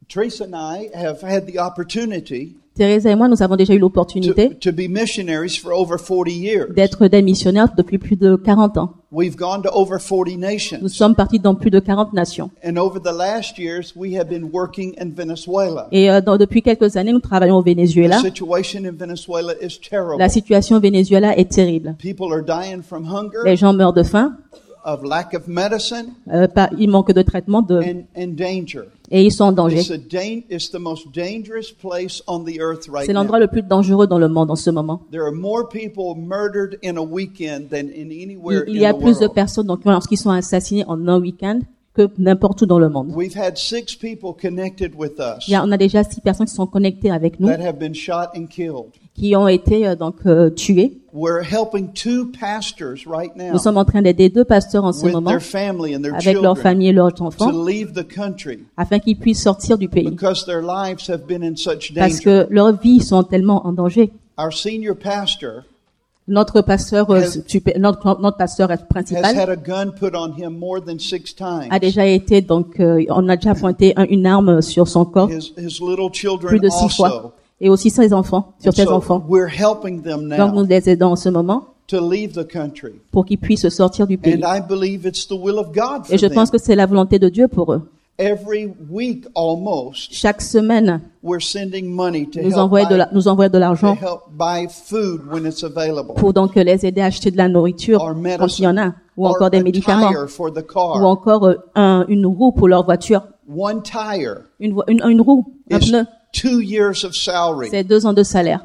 [SPEAKER 2] Teresa and I have had the opportunity
[SPEAKER 3] Thérèse et moi, nous avons déjà eu
[SPEAKER 2] to,
[SPEAKER 3] l'opportunité
[SPEAKER 2] to be missionaries for over 40 years.
[SPEAKER 3] d'être des missionnaires depuis plus de 40 ans.
[SPEAKER 2] We've gone to over 40
[SPEAKER 3] Nous
[SPEAKER 2] nations.
[SPEAKER 3] sommes partis dans plus de 40 nations.
[SPEAKER 2] And over the last years, we have been working in Venezuela.
[SPEAKER 3] Et euh, dans- depuis quelques années, nous travaillons au
[SPEAKER 2] The
[SPEAKER 3] Venezuela.
[SPEAKER 2] situation in Venezuela is terrible.
[SPEAKER 3] La situation au Venezuela est terrible.
[SPEAKER 2] People are dying from hunger,
[SPEAKER 3] Les gens meurent de faim,
[SPEAKER 2] of lack of medicine,
[SPEAKER 3] euh, pas, ils manquent de traitement de,
[SPEAKER 2] and, and danger.
[SPEAKER 3] et ils sont en danger.
[SPEAKER 2] It's, a dan- it's the most dangerous place on the earth right
[SPEAKER 3] C'est l'endroit
[SPEAKER 2] now.
[SPEAKER 3] le plus dangereux dans le monde en ce moment.
[SPEAKER 2] There are more people murdered in a weekend than in anywhere
[SPEAKER 3] Il il y a
[SPEAKER 2] in the
[SPEAKER 3] plus de
[SPEAKER 2] world.
[SPEAKER 3] personnes donc, lorsqu'ils sont assassinés en un week-end que n'importe où dans le monde.
[SPEAKER 2] We've had six people connected with us
[SPEAKER 3] Il y a- on a déjà six personnes qui sont connectées avec nous,
[SPEAKER 2] that have been shot and killed.
[SPEAKER 3] qui ont été euh, donc euh, tuées.
[SPEAKER 2] We're helping two pastors right now
[SPEAKER 3] Nous sommes en train d'aider deux pasteurs en ce
[SPEAKER 2] with
[SPEAKER 3] moment
[SPEAKER 2] their family and their
[SPEAKER 3] avec leur
[SPEAKER 2] children
[SPEAKER 3] famille et leurs
[SPEAKER 2] to
[SPEAKER 3] enfants
[SPEAKER 2] leave the country
[SPEAKER 3] afin qu'ils puissent sortir du pays
[SPEAKER 2] because their lives have been in such
[SPEAKER 3] parce
[SPEAKER 2] danger.
[SPEAKER 3] que leurs vies sont tellement en danger.
[SPEAKER 2] Our senior pastor
[SPEAKER 3] Notre pasteur, euh,
[SPEAKER 2] Has-
[SPEAKER 3] supé- notre, notre pasteur
[SPEAKER 2] has
[SPEAKER 3] principal
[SPEAKER 2] had a gun put on him more than six
[SPEAKER 3] a
[SPEAKER 2] times.
[SPEAKER 3] déjà été donc euh, on a déjà pointé un- une arme sur son corps
[SPEAKER 2] His, his little
[SPEAKER 3] plus
[SPEAKER 2] children
[SPEAKER 3] de six fois
[SPEAKER 2] also.
[SPEAKER 3] et aussi ses enfants sur
[SPEAKER 2] And
[SPEAKER 3] ses
[SPEAKER 2] so
[SPEAKER 3] enfants.
[SPEAKER 2] We're helping them
[SPEAKER 3] Donc nous
[SPEAKER 2] now
[SPEAKER 3] les aidons en ce moment
[SPEAKER 2] to leave the country.
[SPEAKER 3] pour qu'ils puissent sortir du pays.
[SPEAKER 2] And I believe it's the will of God for
[SPEAKER 3] Et je
[SPEAKER 2] them.
[SPEAKER 3] pense que c'est la volonté de Dieu pour eux.
[SPEAKER 2] Every week almost,
[SPEAKER 3] Chaque semaine,
[SPEAKER 2] we're sending money to
[SPEAKER 3] nous
[SPEAKER 2] help
[SPEAKER 3] envoie de
[SPEAKER 2] buy
[SPEAKER 3] la- nous envoie de
[SPEAKER 2] to
[SPEAKER 3] l'argent
[SPEAKER 2] help buy food when it's available,
[SPEAKER 3] pour donc euh, les aider à acheter de la nourriture
[SPEAKER 2] or
[SPEAKER 3] quand il y en a,
[SPEAKER 2] medicine,
[SPEAKER 3] ou
[SPEAKER 2] or
[SPEAKER 3] encore des
[SPEAKER 2] a
[SPEAKER 3] médicaments,
[SPEAKER 2] tire for the
[SPEAKER 3] ou
[SPEAKER 2] car.
[SPEAKER 3] encore euh, un- une roue pour leur voiture,
[SPEAKER 2] One tire
[SPEAKER 3] une, vo- une, une roue, un
[SPEAKER 2] is
[SPEAKER 3] pneu.
[SPEAKER 2] two years of salary.
[SPEAKER 3] C'est deux ans de salaire.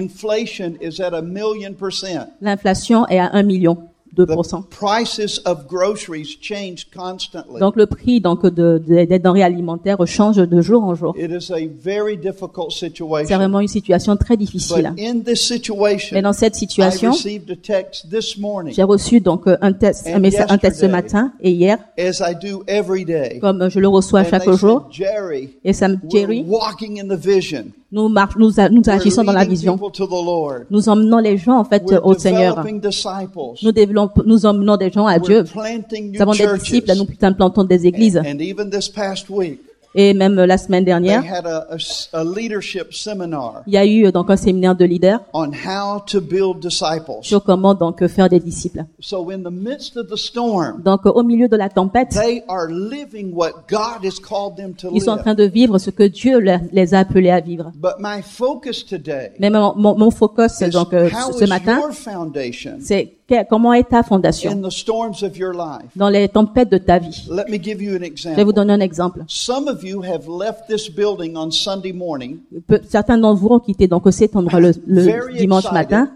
[SPEAKER 2] Inflation is at a million percent.
[SPEAKER 3] L'inflation est à 1 million de
[SPEAKER 2] The
[SPEAKER 3] pourcents.
[SPEAKER 2] prices of groceries change constantly.
[SPEAKER 3] Donc le prix donc de, de- des denrées alimentaires change de jour en jour.
[SPEAKER 2] It is a very difficult
[SPEAKER 3] C'est
[SPEAKER 2] situation.
[SPEAKER 3] vraiment une situation très difficile.
[SPEAKER 2] But in this
[SPEAKER 3] Mais
[SPEAKER 2] situation,
[SPEAKER 3] dans cette
[SPEAKER 2] I
[SPEAKER 3] situation,
[SPEAKER 2] received a text this morning,
[SPEAKER 3] j'ai reçu donc euh, un test, un,
[SPEAKER 2] And
[SPEAKER 3] messa- un test ce
[SPEAKER 2] yesterday.
[SPEAKER 3] matin et hier,
[SPEAKER 2] as I do every day.
[SPEAKER 3] comme euh, je le reçois
[SPEAKER 2] And
[SPEAKER 3] chaque
[SPEAKER 2] they
[SPEAKER 3] jour.
[SPEAKER 2] said, Jerry,
[SPEAKER 3] Et ça me
[SPEAKER 2] we're
[SPEAKER 3] Jerry,
[SPEAKER 2] walking in the vision.
[SPEAKER 3] nous, march- nous, a- nous
[SPEAKER 2] We're
[SPEAKER 3] agissons dans la
[SPEAKER 2] leading
[SPEAKER 3] vision.
[SPEAKER 2] people to the Lord.
[SPEAKER 3] Nous emmenons les gens en fait
[SPEAKER 2] We're
[SPEAKER 3] euh, au Seigneur.
[SPEAKER 2] developing disciples.
[SPEAKER 3] Nous développons, nous emmenons des gens à Dieu.
[SPEAKER 2] We're planting
[SPEAKER 3] Nous
[SPEAKER 2] new
[SPEAKER 3] avons des
[SPEAKER 2] churches.
[SPEAKER 3] disciples, nous plantons des églises.
[SPEAKER 2] And even this past week,
[SPEAKER 3] Et même euh, la semaine
[SPEAKER 2] they
[SPEAKER 3] dernière,
[SPEAKER 2] had a, a s- a leadership seminar
[SPEAKER 3] il y a eu euh, donc un séminaire de leaders
[SPEAKER 2] on how to build disciples.
[SPEAKER 3] sur comment donc euh, faire des disciples.
[SPEAKER 2] So in the midst of the storm,
[SPEAKER 3] Donc euh, au milieu de la tempête,
[SPEAKER 2] they are living what God has called them to
[SPEAKER 3] ils sont en train
[SPEAKER 2] live.
[SPEAKER 3] de vivre ce que Dieu leur- les a appelés à vivre.
[SPEAKER 2] But my focus today
[SPEAKER 3] Mais mon, mon- mon focus
[SPEAKER 2] is
[SPEAKER 3] donc euh,
[SPEAKER 2] how
[SPEAKER 3] ce
[SPEAKER 2] is
[SPEAKER 3] matin,
[SPEAKER 2] your foundation
[SPEAKER 3] c'est que- comment est ta
[SPEAKER 2] in
[SPEAKER 3] fondation
[SPEAKER 2] the storms of your life?
[SPEAKER 3] dans les tempêtes de ta vie.
[SPEAKER 2] Let me give you an
[SPEAKER 3] Je vais vous
[SPEAKER 2] example.
[SPEAKER 3] donner un exemple.
[SPEAKER 2] Some of you have left this building on Sunday morning
[SPEAKER 3] Peu- Certains d'entre vous ont quitté donc cet endroit le, le
[SPEAKER 2] Very
[SPEAKER 3] dimanche
[SPEAKER 2] excited.
[SPEAKER 3] matin,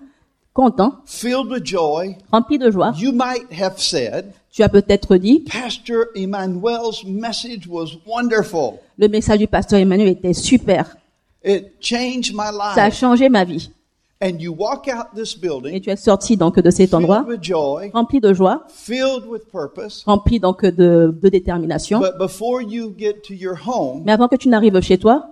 [SPEAKER 3] contents,
[SPEAKER 2] filled with joy.
[SPEAKER 3] remplis de joie.
[SPEAKER 2] You might have said,
[SPEAKER 3] Tu as peut-être dit,
[SPEAKER 2] Pastor Emmanuel's message was wonderful.
[SPEAKER 3] le message du pasteur Emmanuel était super.
[SPEAKER 2] It changed my
[SPEAKER 3] Ça a
[SPEAKER 2] life.
[SPEAKER 3] changé ma vie.
[SPEAKER 2] And you walk out this
[SPEAKER 3] Et
[SPEAKER 2] building
[SPEAKER 3] tu es sorti donc de cet endroit
[SPEAKER 2] filled with joy,
[SPEAKER 3] rempli de joie,
[SPEAKER 2] filled with purpose.
[SPEAKER 3] rempli donc de, de détermination.
[SPEAKER 2] But before you get to your home,
[SPEAKER 3] Mais avant que tu n'arrives chez toi,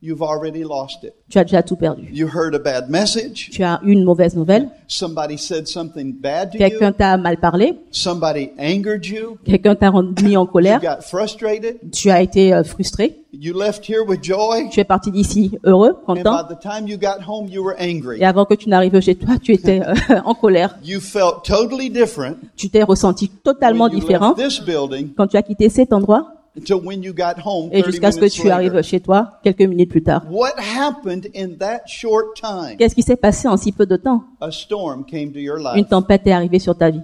[SPEAKER 2] you've already lost it.
[SPEAKER 3] tu as déjà tout perdu.
[SPEAKER 2] You heard a bad message.
[SPEAKER 3] Tu as eu une mauvaise nouvelle,
[SPEAKER 2] Somebody said something bad to
[SPEAKER 3] quelqu'un
[SPEAKER 2] you.
[SPEAKER 3] t'a mal parlé,
[SPEAKER 2] Somebody angered you.
[SPEAKER 3] quelqu'un t'a rendu- mis en
[SPEAKER 2] You
[SPEAKER 3] colère,
[SPEAKER 2] got frustrated.
[SPEAKER 3] tu as été euh, frustré,
[SPEAKER 2] You left here with joy.
[SPEAKER 3] tu es parti d'ici heureux,
[SPEAKER 2] And by
[SPEAKER 3] content,
[SPEAKER 2] the time you got home, you were angry.
[SPEAKER 3] et avant que tu n'arrives chez toi,
[SPEAKER 2] [laughs]
[SPEAKER 3] tu étais euh, en colère.
[SPEAKER 2] You felt totally different
[SPEAKER 3] Tu t'es ressenti
[SPEAKER 2] when
[SPEAKER 3] totalement
[SPEAKER 2] you
[SPEAKER 3] différent
[SPEAKER 2] left this building
[SPEAKER 3] quand tu as quitté cet endroit
[SPEAKER 2] to when you got home
[SPEAKER 3] et
[SPEAKER 2] 30
[SPEAKER 3] jusqu'à ce que
[SPEAKER 2] minutes
[SPEAKER 3] tu arrives
[SPEAKER 2] later.
[SPEAKER 3] chez toi quelques minutes plus tard.
[SPEAKER 2] What happened in that short time?
[SPEAKER 3] Qu'est-ce qui s'est passé en si peu de temps
[SPEAKER 2] A storm came to your
[SPEAKER 3] Une
[SPEAKER 2] life.
[SPEAKER 3] tempête est arrivée sur ta vie.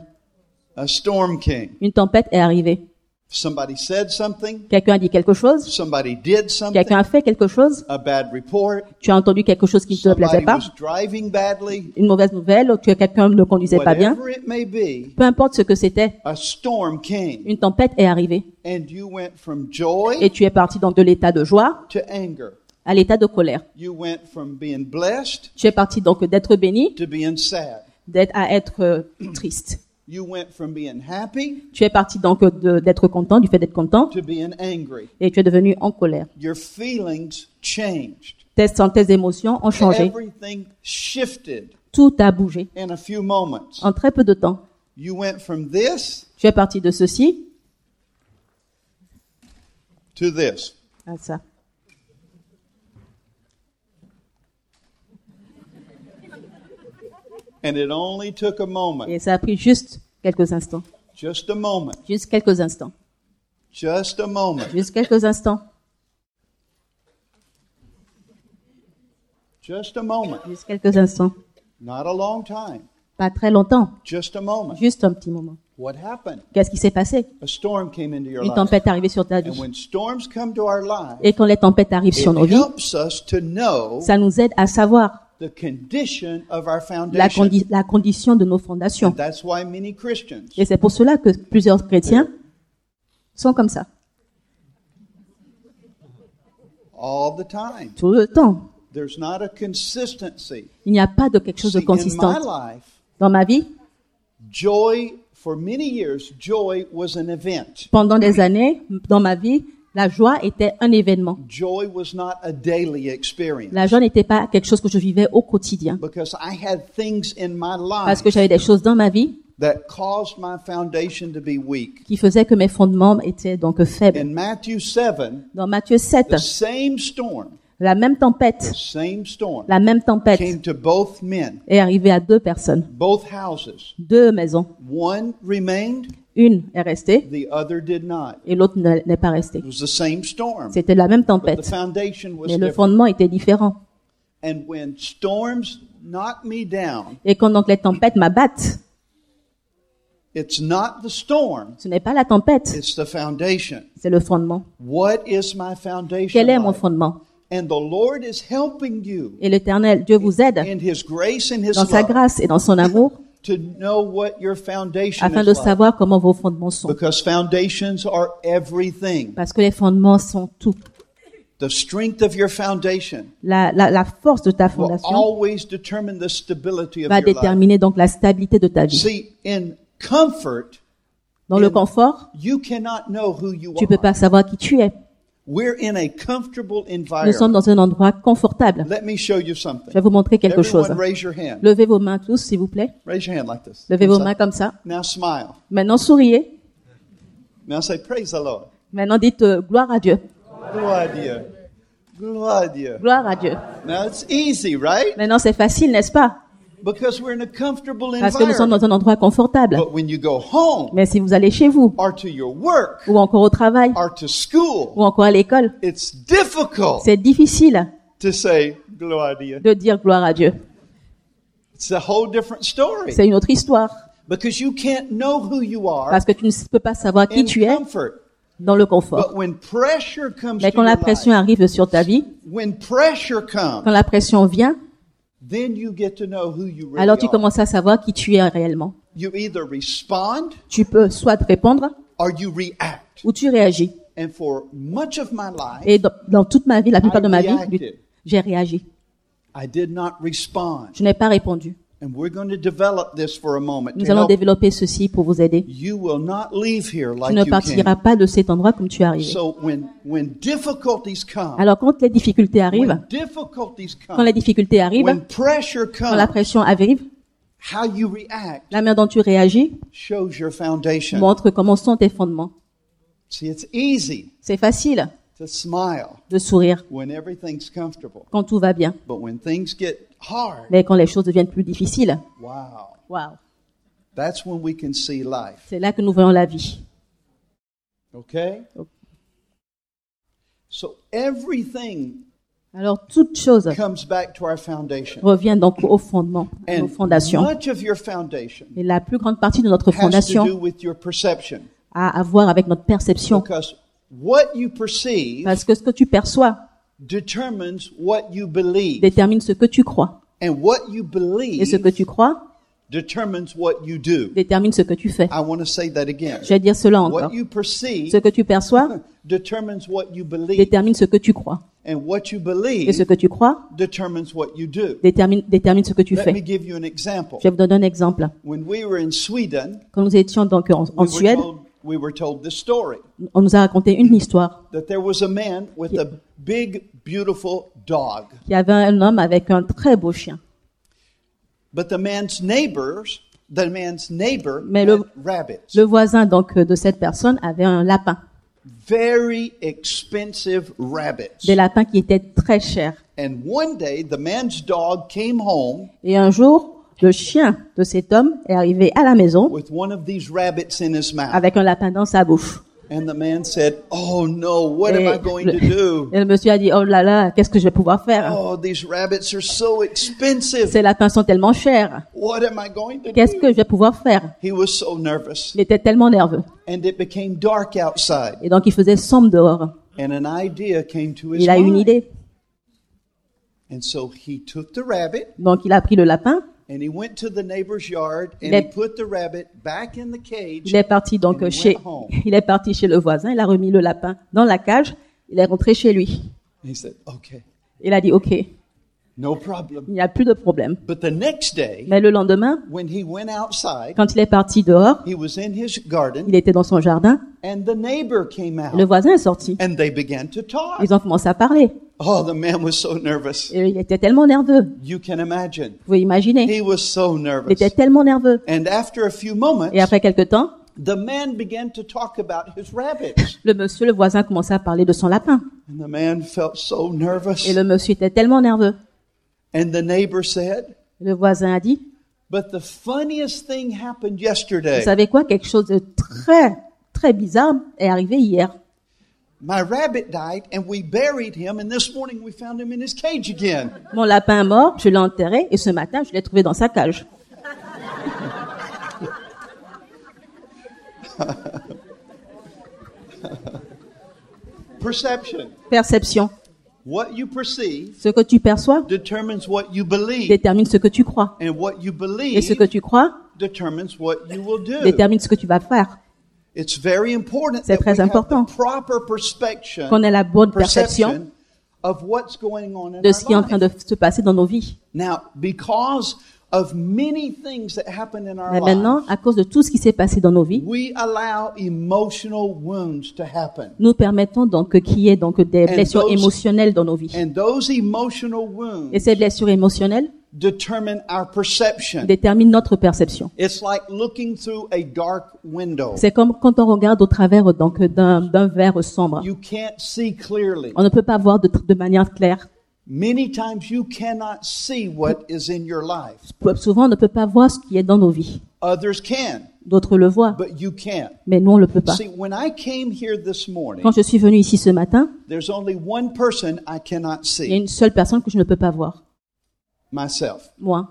[SPEAKER 2] A storm came.
[SPEAKER 3] Une tempête est arrivée.
[SPEAKER 2] Somebody said something,
[SPEAKER 3] Quelqu'un a dit quelque chose,
[SPEAKER 2] somebody did something,
[SPEAKER 3] quelqu'un a fait quelque chose,
[SPEAKER 2] a bad report,
[SPEAKER 3] tu as entendu quelque chose qui ne te plaisait
[SPEAKER 2] somebody
[SPEAKER 3] pas,
[SPEAKER 2] was driving badly,
[SPEAKER 3] une mauvaise nouvelle, ou que quelqu'un ne conduisait pas bien,
[SPEAKER 2] whatever it may be,
[SPEAKER 3] peu importe ce que c'était,
[SPEAKER 2] a storm came
[SPEAKER 3] une tempête est arrivée
[SPEAKER 2] and you went from joy
[SPEAKER 3] et tu es parti donc de l'état de joie
[SPEAKER 2] to anger.
[SPEAKER 3] à l'état de colère.
[SPEAKER 2] You went from being blessed
[SPEAKER 3] Tu es parti donc d'être béni,
[SPEAKER 2] to being sad.
[SPEAKER 3] d'être à être euh, triste.
[SPEAKER 2] You went from being happy
[SPEAKER 3] Tu es parti donc de- d'être content, du fait d'être content,
[SPEAKER 2] to being angry.
[SPEAKER 3] et tu es devenu en colère.
[SPEAKER 2] Your feelings changed.
[SPEAKER 3] Tes, tes émotions ont changé.
[SPEAKER 2] Everything shifted
[SPEAKER 3] Tout a bougé.
[SPEAKER 2] in a few moments.
[SPEAKER 3] En très peu de temps,
[SPEAKER 2] You went from this
[SPEAKER 3] tu es parti de ceci
[SPEAKER 2] to this.
[SPEAKER 3] à ça.
[SPEAKER 2] And it only took a moment.
[SPEAKER 3] Et ça a pris juste quelques instants.
[SPEAKER 2] Just a moment.
[SPEAKER 3] Juste quelques instants.
[SPEAKER 2] Just a moment.
[SPEAKER 3] Juste quelques instants.
[SPEAKER 2] Just a moment.
[SPEAKER 3] Juste quelques instants.
[SPEAKER 2] Not a long time.
[SPEAKER 3] Pas très longtemps.
[SPEAKER 2] Just a moment.
[SPEAKER 3] Juste un petit moment.
[SPEAKER 2] What happened?
[SPEAKER 3] Qu'est-ce qui s'est passé
[SPEAKER 2] A storm came into your
[SPEAKER 3] Une
[SPEAKER 2] life.
[SPEAKER 3] tempête est arrivée sur ta
[SPEAKER 2] And
[SPEAKER 3] vie.
[SPEAKER 2] when storms come to our lives,
[SPEAKER 3] Et quand les tempêtes arrivent sur nos
[SPEAKER 2] it
[SPEAKER 3] vies,
[SPEAKER 2] helps us to know
[SPEAKER 3] ça nous aide à savoir
[SPEAKER 2] the condition of our
[SPEAKER 3] la,
[SPEAKER 2] foundation.
[SPEAKER 3] condi- la condition de nos fondations.
[SPEAKER 2] That's why many Christians
[SPEAKER 3] Et c'est pour cela que plusieurs chrétiens sont comme ça,
[SPEAKER 2] all the time.
[SPEAKER 3] tout le temps.
[SPEAKER 2] There's not a consistency.
[SPEAKER 3] Il n'y a pas de quelque chose de
[SPEAKER 2] See, in my
[SPEAKER 3] consistant.
[SPEAKER 2] life,
[SPEAKER 3] Dans ma vie,
[SPEAKER 2] joy for many years, joy was an event.
[SPEAKER 3] pendant des années, dans ma vie, la joie était un événement.
[SPEAKER 2] Joy was not a daily experience
[SPEAKER 3] La joie n'était pas quelque chose que je vivais au quotidien.
[SPEAKER 2] because I had things in my
[SPEAKER 3] Parce
[SPEAKER 2] life
[SPEAKER 3] que j'avais des choses dans ma vie
[SPEAKER 2] that caused my foundation to be weak.
[SPEAKER 3] qui faisaient que mes fondements étaient donc faibles.
[SPEAKER 2] In Matthew 7,
[SPEAKER 3] Dans Matthieu 7,
[SPEAKER 2] the same storm,
[SPEAKER 3] la même
[SPEAKER 2] the
[SPEAKER 3] tempête,
[SPEAKER 2] same storm
[SPEAKER 3] la même tempête
[SPEAKER 2] came to both men,
[SPEAKER 3] est arrivée à deux personnes,
[SPEAKER 2] both houses.
[SPEAKER 3] deux maisons.
[SPEAKER 2] One remained,
[SPEAKER 3] Une est restée
[SPEAKER 2] the other did not.
[SPEAKER 3] et l'autre ne- n'est pas restée.
[SPEAKER 2] It was the same storm.
[SPEAKER 3] C'était la même
[SPEAKER 2] But the
[SPEAKER 3] tempête,
[SPEAKER 2] foundation was
[SPEAKER 3] mais le
[SPEAKER 2] different.
[SPEAKER 3] fondement était différent.
[SPEAKER 2] And when storms knock me down,
[SPEAKER 3] Et quand donc les tempêtes m'abattent,
[SPEAKER 2] it's not the storm,
[SPEAKER 3] ce n'est pas la tempête,
[SPEAKER 2] it's the foundation.
[SPEAKER 3] c'est le fondement.
[SPEAKER 2] What is my foundation?
[SPEAKER 3] Quel est mon
[SPEAKER 2] like?
[SPEAKER 3] fondement
[SPEAKER 2] And the Lord is helping you
[SPEAKER 3] Et l'Éternel, Dieu vous aide
[SPEAKER 2] in His grace and His
[SPEAKER 3] dans sa
[SPEAKER 2] love
[SPEAKER 3] grâce et dans son amour
[SPEAKER 2] to know what your foundation
[SPEAKER 3] afin
[SPEAKER 2] is.
[SPEAKER 3] de
[SPEAKER 2] like.
[SPEAKER 3] savoir comment vos fondements sont.
[SPEAKER 2] Because foundations are everything.
[SPEAKER 3] Parce que les fondements sont tout.
[SPEAKER 2] The strength of your foundation
[SPEAKER 3] La, la- la force de ta
[SPEAKER 2] will
[SPEAKER 3] fondation
[SPEAKER 2] always determine the stability of
[SPEAKER 3] va
[SPEAKER 2] your life.
[SPEAKER 3] déterminer donc la stabilité de ta vie.
[SPEAKER 2] See, in comfort,
[SPEAKER 3] Dans le confort,
[SPEAKER 2] you cannot know who you
[SPEAKER 3] tu
[SPEAKER 2] are.
[SPEAKER 3] peux pas savoir qui tu es.
[SPEAKER 2] We're in a comfortable
[SPEAKER 3] Nous
[SPEAKER 2] environment.
[SPEAKER 3] sommes dans un endroit confortable.
[SPEAKER 2] Let me show you
[SPEAKER 3] Je
[SPEAKER 2] something.
[SPEAKER 3] vais vous montrer quelque
[SPEAKER 2] Everyone
[SPEAKER 3] chose.
[SPEAKER 2] raise your hand.
[SPEAKER 3] Levez vos mains tous, s'il vous plaît.
[SPEAKER 2] Raise your hand like this.
[SPEAKER 3] Levez vos
[SPEAKER 2] Comme ça.
[SPEAKER 3] mains comme ça.
[SPEAKER 2] Now smile.
[SPEAKER 3] Maintenant, souriez.
[SPEAKER 2] Now say, praise the Lord.
[SPEAKER 3] Maintenant, dites euh, gloire à Dieu.
[SPEAKER 2] Gloire à Dieu. Gloire à Dieu.
[SPEAKER 3] Gloire à Dieu.
[SPEAKER 2] Now it's easy, right?
[SPEAKER 3] Maintenant, c'est facile, n'est-ce pas
[SPEAKER 2] Because we're in a comfortable
[SPEAKER 3] Parce que nous sommes
[SPEAKER 2] environment.
[SPEAKER 3] dans un endroit confortable.
[SPEAKER 2] But when you go home
[SPEAKER 3] Mais si vous allez chez vous,
[SPEAKER 2] or to your work
[SPEAKER 3] ou encore au travail,
[SPEAKER 2] or to
[SPEAKER 3] ou
[SPEAKER 2] school,
[SPEAKER 3] encore à l'école,
[SPEAKER 2] it's difficult
[SPEAKER 3] c'est difficile
[SPEAKER 2] to say, Gloire à Dieu.
[SPEAKER 3] de dire gloire à Dieu.
[SPEAKER 2] It's a whole different story.
[SPEAKER 3] C'est une autre histoire.
[SPEAKER 2] Because you can't know who you are
[SPEAKER 3] Parce que tu ne peux pas savoir qui
[SPEAKER 2] in
[SPEAKER 3] tu es
[SPEAKER 2] comfort.
[SPEAKER 3] dans le confort.
[SPEAKER 2] But when pressure comes
[SPEAKER 3] Mais
[SPEAKER 2] to
[SPEAKER 3] quand
[SPEAKER 2] your
[SPEAKER 3] la pression
[SPEAKER 2] life,
[SPEAKER 3] arrive sur ta vie,
[SPEAKER 2] when pressure
[SPEAKER 3] quand
[SPEAKER 2] comes,
[SPEAKER 3] la pression vient,
[SPEAKER 2] then you get to know who you really
[SPEAKER 3] alors tu
[SPEAKER 2] are.
[SPEAKER 3] commences à savoir qui tu es réellement.
[SPEAKER 2] You either respond
[SPEAKER 3] Tu peux soit te répondre
[SPEAKER 2] or you react.
[SPEAKER 3] ou tu réagis.
[SPEAKER 2] And for much of my life,
[SPEAKER 3] Et dans, dans toute ma vie, la plupart
[SPEAKER 2] I
[SPEAKER 3] de ma vie,
[SPEAKER 2] reacted.
[SPEAKER 3] j'ai réagi.
[SPEAKER 2] I did not respond.
[SPEAKER 3] Je n'ai pas répondu.
[SPEAKER 2] And we're going to develop this for a moment.
[SPEAKER 3] Nous
[SPEAKER 2] to
[SPEAKER 3] allons
[SPEAKER 2] help.
[SPEAKER 3] développer ceci pour vous aider.
[SPEAKER 2] You will not leave here
[SPEAKER 3] Tu
[SPEAKER 2] like
[SPEAKER 3] ne
[SPEAKER 2] you
[SPEAKER 3] partiras
[SPEAKER 2] came.
[SPEAKER 3] pas de cet endroit comme tu es arrivé.
[SPEAKER 2] So when when difficulties come,
[SPEAKER 3] Alors quand les difficultés arrivent,
[SPEAKER 2] when difficulties come,
[SPEAKER 3] quand les difficultés arrivent,
[SPEAKER 2] when pressure
[SPEAKER 3] quand la
[SPEAKER 2] comes,
[SPEAKER 3] pression arrive,
[SPEAKER 2] how you react
[SPEAKER 3] la manière dont tu réagis
[SPEAKER 2] shows your foundation.
[SPEAKER 3] montre comment sont tes fondements.
[SPEAKER 2] See, it's easy
[SPEAKER 3] C'est facile
[SPEAKER 2] to smile
[SPEAKER 3] de sourire
[SPEAKER 2] when everything's comfortable,
[SPEAKER 3] quand tout va bien,
[SPEAKER 2] but when things get hard,
[SPEAKER 3] mais quand les choses deviennent plus difficiles,
[SPEAKER 2] wow,
[SPEAKER 3] waouh,
[SPEAKER 2] that's when we can see life.
[SPEAKER 3] c'est là que nous voyons la vie.
[SPEAKER 2] Okay?
[SPEAKER 3] Okay.
[SPEAKER 2] So everything
[SPEAKER 3] Alors toute chose
[SPEAKER 2] comes back to our foundation.
[SPEAKER 3] revient donc au fondement, à nos
[SPEAKER 2] And
[SPEAKER 3] fondations.
[SPEAKER 2] much of your foundation
[SPEAKER 3] Et la plus grande partie de notre
[SPEAKER 2] has to do
[SPEAKER 3] fondation
[SPEAKER 2] with your perception.
[SPEAKER 3] à avoir avec notre perception.
[SPEAKER 2] Because what you perceive
[SPEAKER 3] Parce que ce que tu perçois
[SPEAKER 2] determines what you believe.
[SPEAKER 3] détermine ce que tu crois.
[SPEAKER 2] And what you
[SPEAKER 3] Et ce
[SPEAKER 2] believe
[SPEAKER 3] que tu crois
[SPEAKER 2] determines what you do.
[SPEAKER 3] détermine ce que tu fais.
[SPEAKER 2] I want to say that again.
[SPEAKER 3] Je vais dire cela encore.
[SPEAKER 2] What you perceive
[SPEAKER 3] Ce que tu perçois
[SPEAKER 2] [laughs] determines what you believe.
[SPEAKER 3] détermine ce que tu crois.
[SPEAKER 2] And what you
[SPEAKER 3] Et ce
[SPEAKER 2] believe
[SPEAKER 3] que tu crois
[SPEAKER 2] determines what you do.
[SPEAKER 3] détermine, détermine ce que tu
[SPEAKER 2] Let me
[SPEAKER 3] fais.
[SPEAKER 2] give you an example.
[SPEAKER 3] Je vais vous donner un exemple.
[SPEAKER 2] When we were in Sweden,
[SPEAKER 3] Quand nous étions donc en, en
[SPEAKER 2] we were
[SPEAKER 3] Suède,
[SPEAKER 2] told, we were told this story
[SPEAKER 3] on nous a raconté une histoire.
[SPEAKER 2] that there was a man with a big, beautiful dog.
[SPEAKER 3] Il y avait un homme avec un très beau chien.
[SPEAKER 2] But the man's neighbors, the man's neighbor
[SPEAKER 3] Mais le-
[SPEAKER 2] had rabbits.
[SPEAKER 3] Le voisin donc euh, de cette personne avait un lapin,
[SPEAKER 2] Very expensive rabbits.
[SPEAKER 3] des lapins qui étaient très chers.
[SPEAKER 2] And one day the man's dog came home
[SPEAKER 3] Et un jour, le chien de cet homme est arrivé à la maison
[SPEAKER 2] with one of these rabbits in his mouth.
[SPEAKER 3] avec un lapin dans sa bouche.
[SPEAKER 2] And the man said, Oh no, what
[SPEAKER 3] et,
[SPEAKER 2] am I going to
[SPEAKER 3] le,
[SPEAKER 2] do?
[SPEAKER 3] [laughs] et le monsieur a dit, oh là là, qu'est-ce que je vais pouvoir faire
[SPEAKER 2] Oh, these rabbits are so expensive.
[SPEAKER 3] Ces lapins sont tellement chers.
[SPEAKER 2] What am I going to
[SPEAKER 3] Qu'est-ce
[SPEAKER 2] do?
[SPEAKER 3] que je vais pouvoir faire
[SPEAKER 2] He was so nervous.
[SPEAKER 3] Il était tellement nerveux.
[SPEAKER 2] And it became dark outside.
[SPEAKER 3] Et donc, il faisait sombre dehors.
[SPEAKER 2] And an idea came to his
[SPEAKER 3] Il a eu une
[SPEAKER 2] mind.
[SPEAKER 3] idée.
[SPEAKER 2] And so he took the rabbit
[SPEAKER 3] Donc, il a pris le lapin.
[SPEAKER 2] and he went to the neighbor's yard and
[SPEAKER 3] Il
[SPEAKER 2] he
[SPEAKER 3] est-
[SPEAKER 2] put the rabbit back in the cage.
[SPEAKER 3] Il est parti donc
[SPEAKER 2] And he
[SPEAKER 3] chez,
[SPEAKER 2] went home.
[SPEAKER 3] [laughs] il est parti chez le voisin. Il a remis le lapin dans la cage. Il est rentré chez lui.
[SPEAKER 2] And he said, Okay,
[SPEAKER 3] Il a dit, OK, il
[SPEAKER 2] no problem.
[SPEAKER 3] n'y a plus de problème.
[SPEAKER 2] But the next day,
[SPEAKER 3] Mais le lendemain,
[SPEAKER 2] when he went outside,
[SPEAKER 3] quand il est parti dehors,
[SPEAKER 2] he was in his garden
[SPEAKER 3] il était dans son jardin.
[SPEAKER 2] and the neighbor came
[SPEAKER 3] Le
[SPEAKER 2] out
[SPEAKER 3] voisin est sorti.
[SPEAKER 2] and they began to talk.
[SPEAKER 3] Ils ont commencé à parler.
[SPEAKER 2] Oh, the man was so nervous.
[SPEAKER 3] Et il était tellement nerveux. Vous
[SPEAKER 2] You can imagine.
[SPEAKER 3] pouvez imaginer.
[SPEAKER 2] He was so
[SPEAKER 3] Il
[SPEAKER 2] nervous.
[SPEAKER 3] était tellement nerveux.
[SPEAKER 2] And after a few
[SPEAKER 3] Et
[SPEAKER 2] moments,
[SPEAKER 3] après quelque temps,
[SPEAKER 2] the man began to talk about his rabbits.
[SPEAKER 3] le monsieur, le voisin, commençait à parler de son lapin.
[SPEAKER 2] And the man felt so nervous.
[SPEAKER 3] Et le monsieur était tellement nerveux.
[SPEAKER 2] And the neighbor said,
[SPEAKER 3] Le voisin a dit,
[SPEAKER 2] But the funniest thing happened
[SPEAKER 3] vous
[SPEAKER 2] yesterday.
[SPEAKER 3] savez quoi, quelque chose de très, très bizarre est arrivé hier.
[SPEAKER 2] My rabbit died and we buried him, and this morning we found him in his cage again.
[SPEAKER 3] Mon lapin est mort, je l'ai enterré et ce matin, je l'ai trouvé dans sa cage.
[SPEAKER 2] Perception.
[SPEAKER 3] Perception.
[SPEAKER 2] What you perceive
[SPEAKER 3] Ce que tu perçois
[SPEAKER 2] determines what you believe,
[SPEAKER 3] détermine ce que tu crois.
[SPEAKER 2] and what you
[SPEAKER 3] Et ce
[SPEAKER 2] believe
[SPEAKER 3] que tu crois
[SPEAKER 2] determines what you will do.
[SPEAKER 3] [laughs] détermine ce que tu vas faire.
[SPEAKER 2] It's very important
[SPEAKER 3] C'est
[SPEAKER 2] that
[SPEAKER 3] très
[SPEAKER 2] we
[SPEAKER 3] important.
[SPEAKER 2] have the proper perception,
[SPEAKER 3] Qu'on ait la bonne perception
[SPEAKER 2] perception of what's going on in
[SPEAKER 3] de ce qui est
[SPEAKER 2] our
[SPEAKER 3] en
[SPEAKER 2] life.
[SPEAKER 3] train de se passer dans nos vies.
[SPEAKER 2] Now, because of many things that happen in our
[SPEAKER 3] Mais
[SPEAKER 2] life,
[SPEAKER 3] maintenant, à cause de tout ce qui s'est passé dans nos vies,
[SPEAKER 2] we allow emotional wounds to happen.
[SPEAKER 3] nous permettons donc qu'il y ait donc des
[SPEAKER 2] And
[SPEAKER 3] blessures
[SPEAKER 2] those-
[SPEAKER 3] émotionnelles dans nos vies.
[SPEAKER 2] And those emotional
[SPEAKER 3] Et
[SPEAKER 2] wounds
[SPEAKER 3] ces blessures émotionnelles
[SPEAKER 2] determine our perception.
[SPEAKER 3] déterminent notre perception.
[SPEAKER 2] It's like looking through a dark window.
[SPEAKER 3] C'est comme quand on regarde au travers donc d'un d'un verre sombre.
[SPEAKER 2] You can't see clearly.
[SPEAKER 3] On ne peut pas voir de, de manière claire.
[SPEAKER 2] Many times you cannot see what is in your life.
[SPEAKER 3] Souvent, on ne peut pas voir ce qui est dans nos vies.
[SPEAKER 2] Others can,
[SPEAKER 3] D'autres le voient,
[SPEAKER 2] but you can't.
[SPEAKER 3] mais nous, on ne le peut pas.
[SPEAKER 2] See, when I came here this morning,
[SPEAKER 3] Quand je suis venu ici ce matin,
[SPEAKER 2] there's only one person I cannot
[SPEAKER 3] il y a
[SPEAKER 2] see
[SPEAKER 3] une seule personne que je ne peux pas voir.
[SPEAKER 2] myself.
[SPEAKER 3] Moi.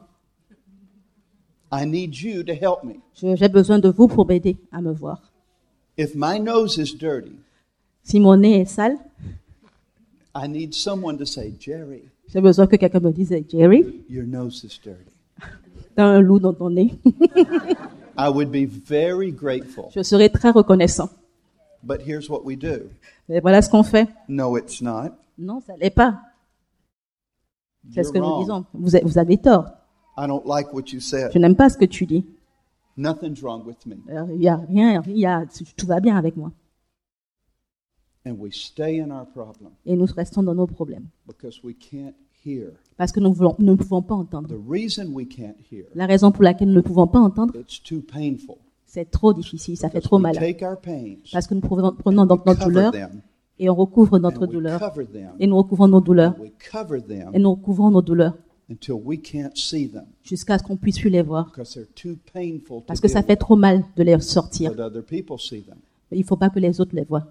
[SPEAKER 2] I need you to help me.
[SPEAKER 3] Je- J'ai besoin de vous pour m'aider à me voir.
[SPEAKER 2] If my nose is dirty,
[SPEAKER 3] Si mon nez est sale,
[SPEAKER 2] I need someone to say, Jerry,
[SPEAKER 3] j'ai besoin que quelqu'un me dise Jerry,
[SPEAKER 2] your nose is dirty.
[SPEAKER 3] t'as un loup dans ton nez. [laughs]
[SPEAKER 2] I would be very grateful.
[SPEAKER 3] je serais très reconnaissant.
[SPEAKER 2] But here's what we do
[SPEAKER 3] Mais voilà ce qu'on fait.
[SPEAKER 2] No, it's not.
[SPEAKER 3] Non, ça l'est pas. C'est
[SPEAKER 2] You're
[SPEAKER 3] ce que nous
[SPEAKER 2] wrong.
[SPEAKER 3] disons. Vous, a- vous avez tort.
[SPEAKER 2] I don't like what you
[SPEAKER 3] Je
[SPEAKER 2] said.
[SPEAKER 3] n'aime pas ce que tu dis.
[SPEAKER 2] Nothing's wrong with me.
[SPEAKER 3] Alors, Il y a rien, il y a, tout va bien avec moi.
[SPEAKER 2] And we stay in our problem
[SPEAKER 3] Et nous restons dans nos problèmes.
[SPEAKER 2] because we can't hear.
[SPEAKER 3] Parce que nous, voulons- nous ne pouvons pas entendre.
[SPEAKER 2] The reason we can't hear,
[SPEAKER 3] La raison pour laquelle nous ne pouvons pas entendre,
[SPEAKER 2] it's too painful.
[SPEAKER 3] c'est trop difficile, ça fait
[SPEAKER 2] Because
[SPEAKER 3] trop
[SPEAKER 2] we
[SPEAKER 3] mal.
[SPEAKER 2] take our pains,
[SPEAKER 3] Parce que nous prenons prenons donc
[SPEAKER 2] we
[SPEAKER 3] notre
[SPEAKER 2] cover
[SPEAKER 3] douleur
[SPEAKER 2] them,
[SPEAKER 3] et on recouvre
[SPEAKER 2] and
[SPEAKER 3] notre
[SPEAKER 2] we
[SPEAKER 3] douleur.
[SPEAKER 2] cover them,
[SPEAKER 3] Et nous recouvrons nos douleurs.
[SPEAKER 2] and we cover
[SPEAKER 3] Et
[SPEAKER 2] them
[SPEAKER 3] nous recouvrons nos douleurs
[SPEAKER 2] until we can't see them
[SPEAKER 3] jusqu'à ce qu'on puisse plus les voir.
[SPEAKER 2] because they're too painful to
[SPEAKER 3] Parce que
[SPEAKER 2] deal
[SPEAKER 3] ça fait
[SPEAKER 2] with.
[SPEAKER 3] trop mal de les sortir.
[SPEAKER 2] But other people see them.
[SPEAKER 3] Il ne faut pas que les autres les voient.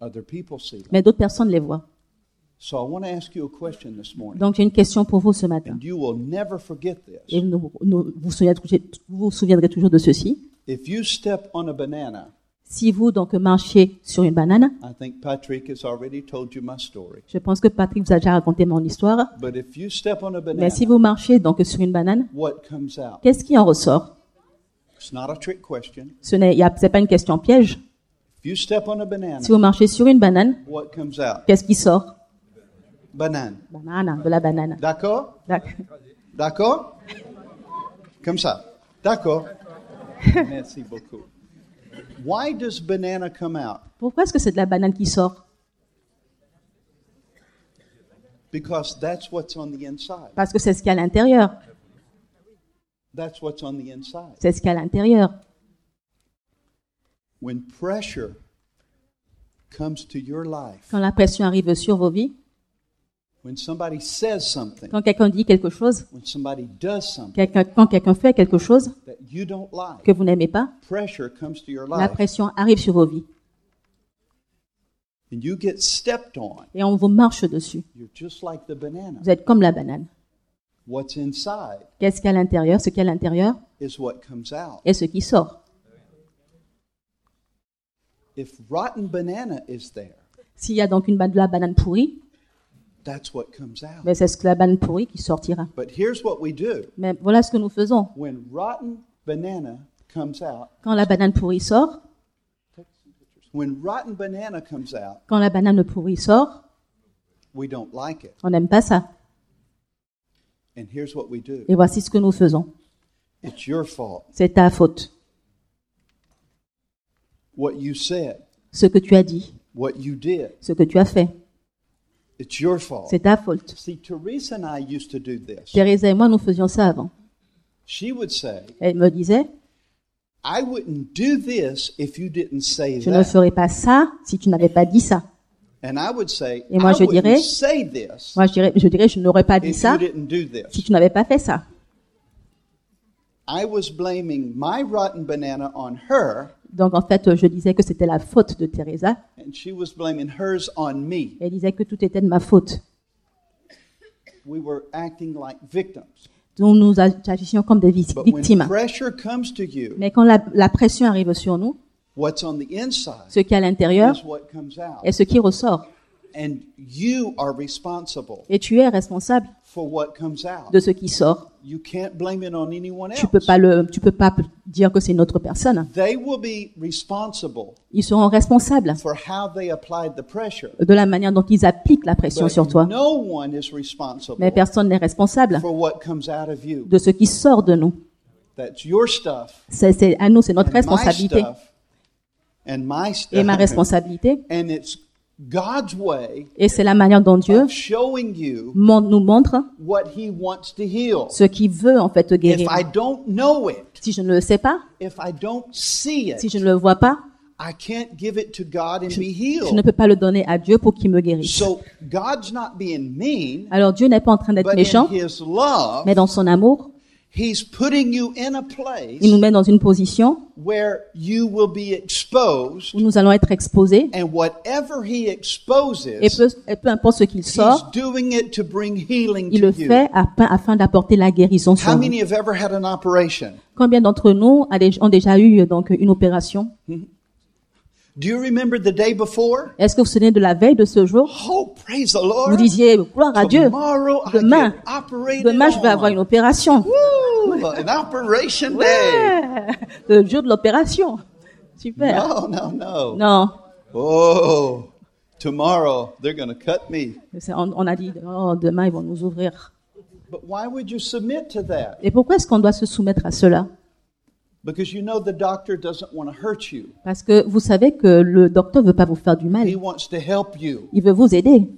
[SPEAKER 2] Other people see them.
[SPEAKER 3] Mais d'autres personnes les voient.
[SPEAKER 2] So I want to ask you a question this morning,
[SPEAKER 3] Donc j'ai une question pour vous ce matin.
[SPEAKER 2] and you will never forget
[SPEAKER 3] Et
[SPEAKER 2] this.
[SPEAKER 3] nous- nous- vous, souviendrez, vous vous souviendrez toujours de ceci.
[SPEAKER 2] If you step on a banana,
[SPEAKER 3] Si vous donc marchez sur une banane,
[SPEAKER 2] I think Patrick has already told you my story.
[SPEAKER 3] je pense que Patrick vous a déjà raconté mon histoire.
[SPEAKER 2] But if you step on a banana,
[SPEAKER 3] Mais si vous marchez donc sur une banane,
[SPEAKER 2] what comes out?
[SPEAKER 3] qu'est-ce qui en ressort
[SPEAKER 2] It's not a trick question.
[SPEAKER 3] Ce n'est y a- c'est pas une question piège.
[SPEAKER 2] If you step on a banana,
[SPEAKER 3] Si vous marchez sur une banane,
[SPEAKER 2] what comes out?
[SPEAKER 3] qu'est-ce qui sort
[SPEAKER 2] Banane.
[SPEAKER 3] Banane, de la banane.
[SPEAKER 2] D'accord?
[SPEAKER 3] D'ac-
[SPEAKER 2] D'accord? Comme ça. D'accord? Merci beaucoup. Why does banana come out?
[SPEAKER 3] Pourquoi est-ce que c'est de la banane qui sort
[SPEAKER 2] Because that's what's on the inside.
[SPEAKER 3] Parce que c'est ce qu'il y a à l'intérieur.
[SPEAKER 2] That's what's on the inside.
[SPEAKER 3] C'est ce qu'il y a à l'intérieur.
[SPEAKER 2] When pressure comes to your life,
[SPEAKER 3] Quand la pression arrive sur vos vies,
[SPEAKER 2] when somebody says something,
[SPEAKER 3] quand quelqu'un dit quelque chose,
[SPEAKER 2] when somebody does something
[SPEAKER 3] quelqu'un- quand quelqu'un fait quelque chose
[SPEAKER 2] that you don't like,
[SPEAKER 3] que vous n'aimez pas,
[SPEAKER 2] pressure comes to your
[SPEAKER 3] la
[SPEAKER 2] life
[SPEAKER 3] pression arrive sur vos vies.
[SPEAKER 2] and you get stepped on.
[SPEAKER 3] Et on vous marche dessus.
[SPEAKER 2] You're just like the banana.
[SPEAKER 3] Vous êtes comme la banane.
[SPEAKER 2] What's inside
[SPEAKER 3] Qu'est-ce qu'il y a à l'intérieur Ce qu'il y a à l'intérieur
[SPEAKER 2] is what comes out.
[SPEAKER 3] et ce qui sort.
[SPEAKER 2] If rotten banana is there,
[SPEAKER 3] S'il y a donc une ba- de la banane pourrie,
[SPEAKER 2] that's what comes out.
[SPEAKER 3] ben c'est ce que la banane pourrie qui sortira.
[SPEAKER 2] But here's what we do
[SPEAKER 3] Mais voilà ce que nous faisons.
[SPEAKER 2] when rotten banana comes out,
[SPEAKER 3] Quand la banane pourrie sort,
[SPEAKER 2] when rotten banana comes out,
[SPEAKER 3] quand la banane pourrie sort,
[SPEAKER 2] we don't like it.
[SPEAKER 3] on n'aime pas ça.
[SPEAKER 2] And here's what we do
[SPEAKER 3] Et voici ce que nous faisons.
[SPEAKER 2] it's your fault.
[SPEAKER 3] C'est ta faute.
[SPEAKER 2] What you said,
[SPEAKER 3] Ce que tu as dit,
[SPEAKER 2] what you did,
[SPEAKER 3] ce que tu as fait,
[SPEAKER 2] it's your fault.
[SPEAKER 3] c'est ta faute.
[SPEAKER 2] See, Teresa and I used to do this.
[SPEAKER 3] Teresa et moi, nous faisions ça avant.
[SPEAKER 2] She would say,
[SPEAKER 3] Elle me disait,
[SPEAKER 2] I wouldn't do this if you didn't say
[SPEAKER 3] je ne
[SPEAKER 2] that.
[SPEAKER 3] ferais pas ça si tu n'avais pas dit ça.
[SPEAKER 2] And I would say,
[SPEAKER 3] Et moi,
[SPEAKER 2] I
[SPEAKER 3] je
[SPEAKER 2] wouldn't
[SPEAKER 3] dirais-
[SPEAKER 2] say this
[SPEAKER 3] Moi, je dirais, je, dirais, je n'aurais pas dit
[SPEAKER 2] if you
[SPEAKER 3] ça
[SPEAKER 2] didn't do this.
[SPEAKER 3] si tu n'avais pas fait ça.
[SPEAKER 2] I was blaming my rotten banana on her,
[SPEAKER 3] Donc, en fait, je disais que c'était la faute de Teresa.
[SPEAKER 2] and she was blaming hers on me.
[SPEAKER 3] Elle disait que tout était de ma faute.
[SPEAKER 2] We were acting like victims.
[SPEAKER 3] Donc, nous agissions comme des vic-
[SPEAKER 2] But when
[SPEAKER 3] victimes.
[SPEAKER 2] pressure comes to you,
[SPEAKER 3] Mais quand la, la pression arrive sur nous,
[SPEAKER 2] what's on the inside
[SPEAKER 3] ce qui est à l'intérieur
[SPEAKER 2] is what comes out.
[SPEAKER 3] est ce qui ressort.
[SPEAKER 2] And you are responsible
[SPEAKER 3] Et tu es responsable
[SPEAKER 2] for what comes out.
[SPEAKER 3] de ce qui sort.
[SPEAKER 2] You can't blame it on anyone
[SPEAKER 3] tu peux
[SPEAKER 2] else.
[SPEAKER 3] pas le, tu peux pas dire que c'est une autre personne.
[SPEAKER 2] They will be responsible
[SPEAKER 3] Ils seront responsables
[SPEAKER 2] for how they applied the pressure.
[SPEAKER 3] de la manière dont ils appliquent la pression
[SPEAKER 2] But
[SPEAKER 3] sur toi.
[SPEAKER 2] no one is responsible
[SPEAKER 3] Mais personne n'est responsable
[SPEAKER 2] for what comes out of you.
[SPEAKER 3] de ce qui sort de nous.
[SPEAKER 2] That's your stuff.
[SPEAKER 3] C'est, c'est à nous, c'est notre
[SPEAKER 2] and my
[SPEAKER 3] responsabilité.
[SPEAKER 2] stuff. And my stuff. [laughs]
[SPEAKER 3] Et ma responsabilité,
[SPEAKER 2] And it's God's way
[SPEAKER 3] et c'est la manière dont Dieu
[SPEAKER 2] of showing you
[SPEAKER 3] mon- nous montre
[SPEAKER 2] what He wants to heal.
[SPEAKER 3] ce qu'il veut en fait
[SPEAKER 2] If
[SPEAKER 3] guérir.
[SPEAKER 2] I don't know it,
[SPEAKER 3] Si je ne le sais pas,
[SPEAKER 2] if I don't see it,
[SPEAKER 3] si je ne le vois pas,
[SPEAKER 2] I can't give it to God and be
[SPEAKER 3] je ne
[SPEAKER 2] healed.
[SPEAKER 3] peux pas le donner à Dieu pour qu'il me guérisse.
[SPEAKER 2] So God's not being mean,
[SPEAKER 3] Alors Dieu n'est pas en train d'être
[SPEAKER 2] but in
[SPEAKER 3] méchant,
[SPEAKER 2] His love,
[SPEAKER 3] mais dans son amour,
[SPEAKER 2] He's putting you in a
[SPEAKER 3] il nous
[SPEAKER 2] place
[SPEAKER 3] met dans une position
[SPEAKER 2] where you will be exposed,
[SPEAKER 3] où nous allons être exposés,
[SPEAKER 2] and whatever He
[SPEAKER 3] et
[SPEAKER 2] exposes,
[SPEAKER 3] peu- et peu importe ce qu'il
[SPEAKER 2] He's
[SPEAKER 3] sort,
[SPEAKER 2] doing it to bring healing
[SPEAKER 3] Il le
[SPEAKER 2] to you.
[SPEAKER 3] fait afin, afin d'apporter la guérison sur
[SPEAKER 2] How
[SPEAKER 3] nous.
[SPEAKER 2] many have ever had an operation?
[SPEAKER 3] Combien d'entre nous a dé- ont déjà eu euh, donc une opération
[SPEAKER 2] Do you remember the day before?
[SPEAKER 3] Est-ce que vous vous souvenez de la veille de ce jour
[SPEAKER 2] Oh, praise the
[SPEAKER 3] Vous
[SPEAKER 2] Lord.
[SPEAKER 3] disiez gloire à Dieu.
[SPEAKER 2] Tomorrow I
[SPEAKER 3] Demain,
[SPEAKER 2] get operated
[SPEAKER 3] demain je vais
[SPEAKER 2] on.
[SPEAKER 3] avoir une opération.
[SPEAKER 2] Woo, an operation day.
[SPEAKER 3] Ouais. Le jour de l'opération. Super.
[SPEAKER 2] No, no, no.
[SPEAKER 3] Non,
[SPEAKER 2] Oh, tomorrow they're going to cut me.
[SPEAKER 3] C'est- on, on a dit oh, demain ils vont nous ouvrir.
[SPEAKER 2] But why would you submit to that?
[SPEAKER 3] Et pourquoi est-ce qu'on doit se soumettre à cela
[SPEAKER 2] Because you know the doctor doesn't want to hurt you.
[SPEAKER 3] Parce que vous savez que le docteur veut pas vous faire du
[SPEAKER 2] He
[SPEAKER 3] mal.
[SPEAKER 2] wants to help you.
[SPEAKER 3] Il veut vous aider.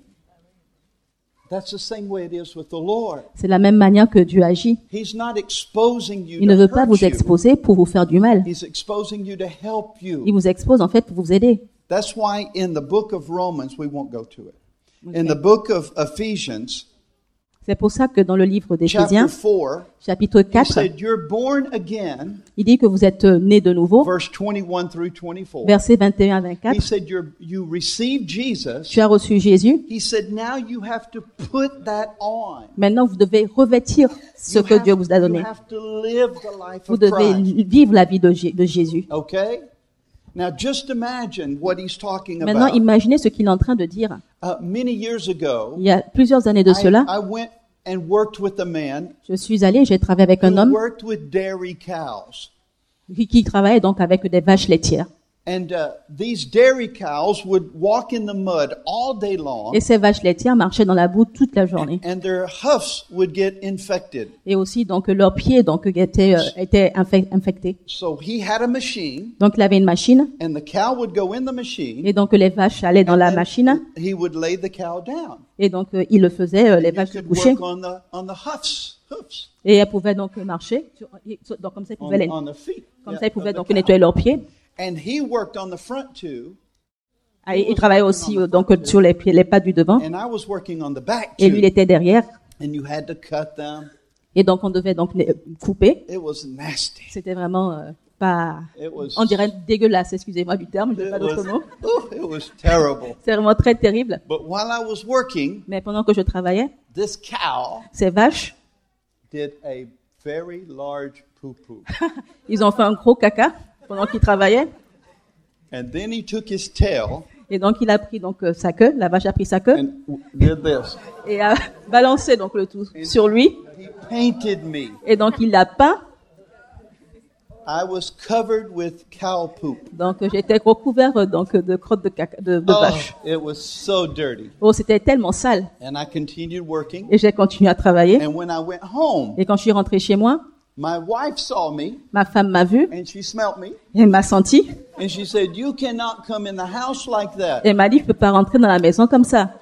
[SPEAKER 2] That's the same way it is with the Lord.
[SPEAKER 3] C'est la même manière que Dieu agit.
[SPEAKER 2] He's not exposing you
[SPEAKER 3] Il
[SPEAKER 2] to
[SPEAKER 3] ne veut
[SPEAKER 2] hurt
[SPEAKER 3] pas vous
[SPEAKER 2] you.
[SPEAKER 3] exposer pour vous faire du mal.
[SPEAKER 2] He's exposing you to help you.
[SPEAKER 3] Il vous expose en fait pour vous aider.
[SPEAKER 2] That's why in the book of Romans, we won't go to it. In the book of Ephesians,
[SPEAKER 3] C'est pour ça que dans le livre d'Éphésiens,
[SPEAKER 2] chapter 4,
[SPEAKER 3] chapitre
[SPEAKER 2] he
[SPEAKER 3] 4,
[SPEAKER 2] said, You're born again,
[SPEAKER 3] il dit que vous êtes euh, nés de nouveau,
[SPEAKER 2] verse 21 through 24.
[SPEAKER 3] versets 21 à
[SPEAKER 2] He
[SPEAKER 3] 24.
[SPEAKER 2] said, You're, You received Jesus.
[SPEAKER 3] Tu as reçu Jésus,
[SPEAKER 2] He said, Now you have to put that on.
[SPEAKER 3] maintenant vous devez revêtir ce
[SPEAKER 2] You
[SPEAKER 3] que
[SPEAKER 2] have-
[SPEAKER 3] Dieu vous a
[SPEAKER 2] You
[SPEAKER 3] donné.
[SPEAKER 2] have to live the life
[SPEAKER 3] Vous
[SPEAKER 2] of
[SPEAKER 3] devez
[SPEAKER 2] Christ.
[SPEAKER 3] vivre la vie de, Jé- de Jésus.
[SPEAKER 2] Okay? Now, just imagine what he's talking
[SPEAKER 3] Maintenant,
[SPEAKER 2] about.
[SPEAKER 3] imaginez ce qu'il est en train de dire.
[SPEAKER 2] Uh, many years ago,
[SPEAKER 3] Il y a plusieurs années de
[SPEAKER 2] I-
[SPEAKER 3] cela,
[SPEAKER 2] I, went and worked with a man
[SPEAKER 3] je suis allé, j'ai travaillé avec un
[SPEAKER 2] who
[SPEAKER 3] homme
[SPEAKER 2] worked with dairy cows.
[SPEAKER 3] qui, qui travaillait donc avec des vaches laitières.
[SPEAKER 2] And uh, these dairy cows would walk in the mud all day long,
[SPEAKER 3] Et ces vaches laitières marchaient dans la boue toute la journée.
[SPEAKER 2] and their hoofs would get infected.
[SPEAKER 3] Et aussi, donc, leurs pieds donc, étaient, euh, étaient infec- infectés.
[SPEAKER 2] So he had a machine,
[SPEAKER 3] Donc, il avait une machine.
[SPEAKER 2] and the cow would go in the machine.
[SPEAKER 3] Et donc, les vaches allaient dans la
[SPEAKER 2] and
[SPEAKER 3] machine.
[SPEAKER 2] He would lay the cow down.
[SPEAKER 3] Et donc, euh, il le faisait, euh, les
[SPEAKER 2] You
[SPEAKER 3] vaches se
[SPEAKER 2] could
[SPEAKER 3] couchaient.
[SPEAKER 2] work on the on the hoofs, hoofs
[SPEAKER 3] Et elles pouvaient donc marcher. sur- sur- donc, comme ça, ils pouvaient, les-
[SPEAKER 2] on, on the feet.
[SPEAKER 3] comme
[SPEAKER 2] yeah,
[SPEAKER 3] ça, ils
[SPEAKER 2] of
[SPEAKER 3] pouvaient
[SPEAKER 2] the
[SPEAKER 3] donc
[SPEAKER 2] cow.
[SPEAKER 3] nettoyer leurs pieds.
[SPEAKER 2] And he worked on the front two,
[SPEAKER 3] Ah, Et il travaillait aussi euh, donc, sur les, pieds, les pas du devant.
[SPEAKER 2] and I was working on the back
[SPEAKER 3] Et lui, il
[SPEAKER 2] two.
[SPEAKER 3] était derrière.
[SPEAKER 2] And you had to cut them.
[SPEAKER 3] Et donc, on devait donc les- euh, couper.
[SPEAKER 2] It was nasty.
[SPEAKER 3] C'était vraiment euh, pas...
[SPEAKER 2] It was.
[SPEAKER 3] On dirait dégueulasse, excusez-moi du terme, je
[SPEAKER 2] [laughs]
[SPEAKER 3] n'ai
[SPEAKER 2] It
[SPEAKER 3] pas d'autre mot.
[SPEAKER 2] was, Ooh, it was terrible.
[SPEAKER 3] C'est vraiment très terrible.
[SPEAKER 2] But while I was working,
[SPEAKER 3] Mais pendant que je travaillais,
[SPEAKER 2] this cow
[SPEAKER 3] ces vaches,
[SPEAKER 2] did a very large poo poo.
[SPEAKER 3] ils ont fait un gros caca pendant qu'ils travaillaient.
[SPEAKER 2] and then he took his tail
[SPEAKER 3] Et donc, il a pris donc euh, sa queue, la vache a pris sa queue
[SPEAKER 2] and w- did this.
[SPEAKER 3] et a [laughs] balancé donc le tout sur lui.
[SPEAKER 2] He painted me.
[SPEAKER 3] Et donc, il l'a peint.
[SPEAKER 2] I was covered with cow poop.
[SPEAKER 3] Donc, euh, j'étais recouvert euh, donc euh, de crottes de, caca, de, de vache.
[SPEAKER 2] Oh, it was so dirty.
[SPEAKER 3] Oh, c'était tellement sale.
[SPEAKER 2] And I continued working.
[SPEAKER 3] Et j'ai continué à travailler.
[SPEAKER 2] And when I went home,
[SPEAKER 3] Et quand je suis rentrée chez moi,
[SPEAKER 2] my wife saw me
[SPEAKER 3] ma femme m'a vue,
[SPEAKER 2] and she smelt me.
[SPEAKER 3] elle m'a senti.
[SPEAKER 2] And she said, You cannot come in the house like that.
[SPEAKER 3] Elle m'a dit, je peux pas rentrer dans la maison comme ça.